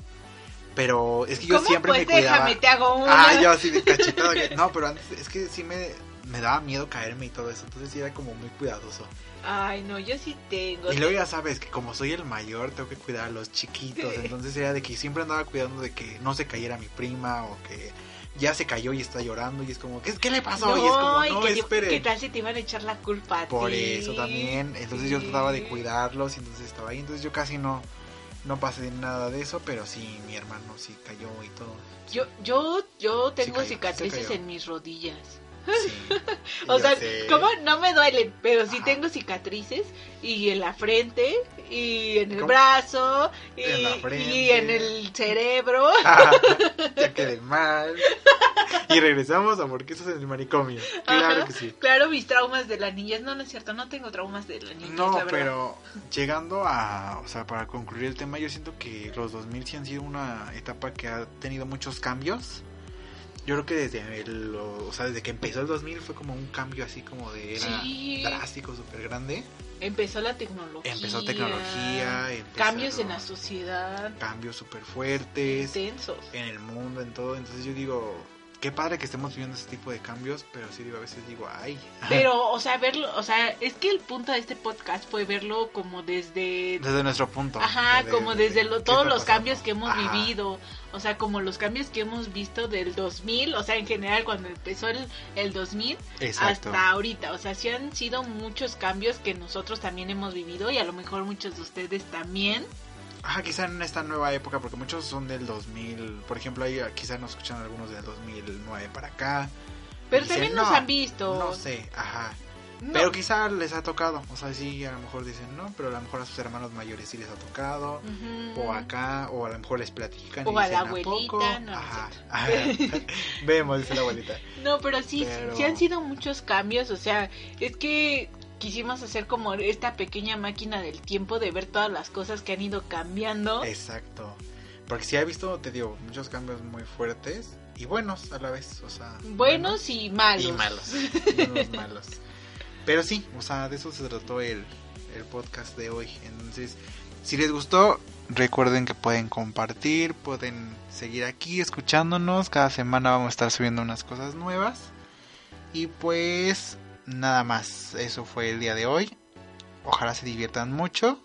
Speaker 1: Pero es que yo
Speaker 2: ¿Cómo?
Speaker 1: siempre
Speaker 2: pues
Speaker 1: me cuidaba.
Speaker 2: déjame, te hago una.
Speaker 1: Ah, yo así de cachetada. que- No, pero antes es que sí me, me daba miedo caerme y todo eso. Entonces sí era como muy cuidadoso.
Speaker 2: Ay, no, yo sí tengo.
Speaker 1: Y luego ya sabes que como soy el mayor, tengo que cuidar a los chiquitos.
Speaker 2: Sí.
Speaker 1: Entonces era de que siempre andaba cuidando de que no se cayera mi prima o que ya se cayó y está llorando. Y es como, ¿qué, qué le pasó? y es como,
Speaker 2: y
Speaker 1: no,
Speaker 2: que te-
Speaker 1: esperen.
Speaker 2: ¿Qué tal si te iban a echar la culpa a
Speaker 1: Por
Speaker 2: ti?
Speaker 1: eso también. Entonces yo
Speaker 2: sí.
Speaker 1: trataba de cuidarlos y entonces estaba ahí. Entonces yo casi no, no pasé de nada de eso, pero sí, mi hermano sí cayó y todo.
Speaker 2: Yo, yo, yo tengo
Speaker 1: cayó, sí
Speaker 2: cicatrices
Speaker 1: cayó.
Speaker 2: en mis rodillas. <laughs>
Speaker 1: Sí.
Speaker 2: O
Speaker 1: Ya
Speaker 2: sea,
Speaker 1: sé.
Speaker 2: ¿cómo? No me duelen, pero sí
Speaker 1: Ajá.
Speaker 2: tengo cicatrices y en la frente, y en el
Speaker 1: ¿Cómo?
Speaker 2: brazo, y
Speaker 1: En la frente.
Speaker 2: y en el cerebro. <laughs>
Speaker 1: Ah, <laughs> ya quedé mal. Y regresamos a porque eso es el manicomio. Claro
Speaker 2: Ajá.
Speaker 1: que sí.
Speaker 2: Claro, mis traumas de la niñez. No, no es cierto, no tengo traumas de la niñez.
Speaker 1: No,
Speaker 2: la verdad.
Speaker 1: pero llegando a, o sea, para concluir el tema, yo siento que los 2000 sí han sido una etapa que ha tenido muchos cambios. Yo creo que desde el, o sea, desde que empezó el 2000 fue como un cambio así como de era
Speaker 2: Sí.
Speaker 1: drástico, súper grande.
Speaker 2: Empezó la tecnología.
Speaker 1: Empezó tecnología, empezó
Speaker 2: Cambios en la sociedad.
Speaker 1: cambios súper fuertes
Speaker 2: Intensos.
Speaker 1: en el mundo, en todo. Entonces yo digo, qué padre que estemos viviendo ese tipo de cambios, pero sí digo, a veces digo, ay.
Speaker 2: Pero, o sea, verlo, o sea, es que el punto de este podcast fue verlo como desde...
Speaker 1: Desde nuestro punto.
Speaker 2: Ajá, como desde lo-
Speaker 1: ¿qué
Speaker 2: todos
Speaker 1: está
Speaker 2: los
Speaker 1: pasando?
Speaker 2: cambios que hemos
Speaker 1: Ajá.
Speaker 2: vivido, o sea, como los cambios que hemos visto del 2000, o sea, en general cuando empezó el, el 2000
Speaker 1: Exacto.
Speaker 2: hasta ahorita, o sea, sí han sido muchos cambios que nosotros también hemos vivido y a lo mejor muchos de ustedes también.
Speaker 1: Ajá, quizá en esta nueva época, porque muchos son del 2000, por ejemplo, ahí ah, quizá nos escuchan algunos del 2009 para acá.
Speaker 2: Pero
Speaker 1: Dicen,
Speaker 2: también
Speaker 1: "No,
Speaker 2: nos han visto.
Speaker 1: No sé, ajá.
Speaker 2: No,
Speaker 1: Pero quizá les ha tocado, o sea, sí, a lo mejor dicen no, pero a lo mejor a sus hermanos mayores sí les ha tocado.
Speaker 2: ujú.
Speaker 1: O acá, o a lo mejor les platican. y
Speaker 2: Mm. O a la
Speaker 1: dicen,
Speaker 2: abuelita,
Speaker 1: poco?"
Speaker 2: no, no es
Speaker 1: Ajá, <laughs>
Speaker 2: cierto.
Speaker 1: ajá. Vemos, dice la
Speaker 2: <laughs>
Speaker 1: abuelita.
Speaker 2: No, pero sí, sí-
Speaker 1: Pero-
Speaker 2: sí han sido muchos cambios, o sea, es que quisimos hacer como esta pequeña máquina del tiempo de ver todas las cosas que han ido cambiando.
Speaker 1: Exacto. Porque sí he visto, te digo, muchos cambios muy fuertes y buenos a la vez, o sea.
Speaker 2: Buenos y malos.
Speaker 1: y malos. Buenos, malos. Pero sí, o sea, de eso se trató el, el podcast de hoy. Entonces, si les gustó, recuerden que pueden compartir, pueden seguir aquí escuchándonos. Cada semana vamos a estar subiendo unas cosas nuevas. Y pues, nada más. Eso fue el día de hoy. Ojalá se diviertan mucho.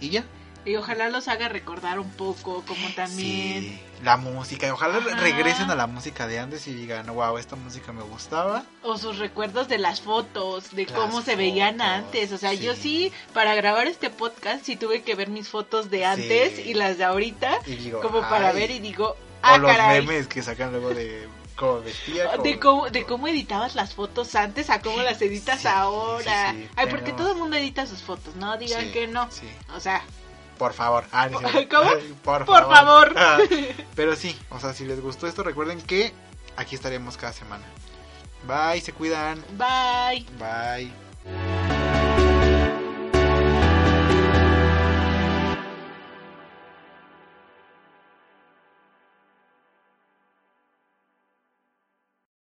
Speaker 1: Y ya.
Speaker 2: Y ojalá los haga recordar un poco, como también.
Speaker 1: Sí, la música. Ojalá re-
Speaker 2: Ajá.
Speaker 1: regresen a la música de antes y digan, wow, esta música me gustaba.
Speaker 2: O sus recuerdos de las fotos, de
Speaker 1: Las
Speaker 2: cómo se veían
Speaker 1: fotos,
Speaker 2: antes. O sea, yo
Speaker 1: sí.
Speaker 2: sí, para grabar este podcast, sí tuve que ver mis fotos de antes
Speaker 1: Sí.
Speaker 2: y las de ahorita,
Speaker 1: Y digo,
Speaker 2: como para
Speaker 1: "Ay".
Speaker 2: ver y digo,
Speaker 1: O
Speaker 2: ah,
Speaker 1: los
Speaker 2: caray.
Speaker 1: memes que sacan luego de cómo vestía. Cómo,
Speaker 2: Ah, de, cómo, de cómo editabas las fotos antes a cómo las editas
Speaker 1: Sí,
Speaker 2: ahora.
Speaker 1: sí, sí,
Speaker 2: Ay,
Speaker 1: tenemos-
Speaker 2: porque todo el mundo edita sus fotos, ¿no? Digan
Speaker 1: Sí,
Speaker 2: que no.
Speaker 1: sí.
Speaker 2: O sea,
Speaker 1: Por favor. Ah, no es cierto.
Speaker 2: <laughs> ¿Cómo?
Speaker 1: <laughs> Por,
Speaker 2: Por favor. <laughs>
Speaker 1: Ah, Pero sí, o sea, si les gustó esto, recuerden que aquí estaremos cada semana. Bye, se cuidan.
Speaker 2: bye.
Speaker 1: Bye.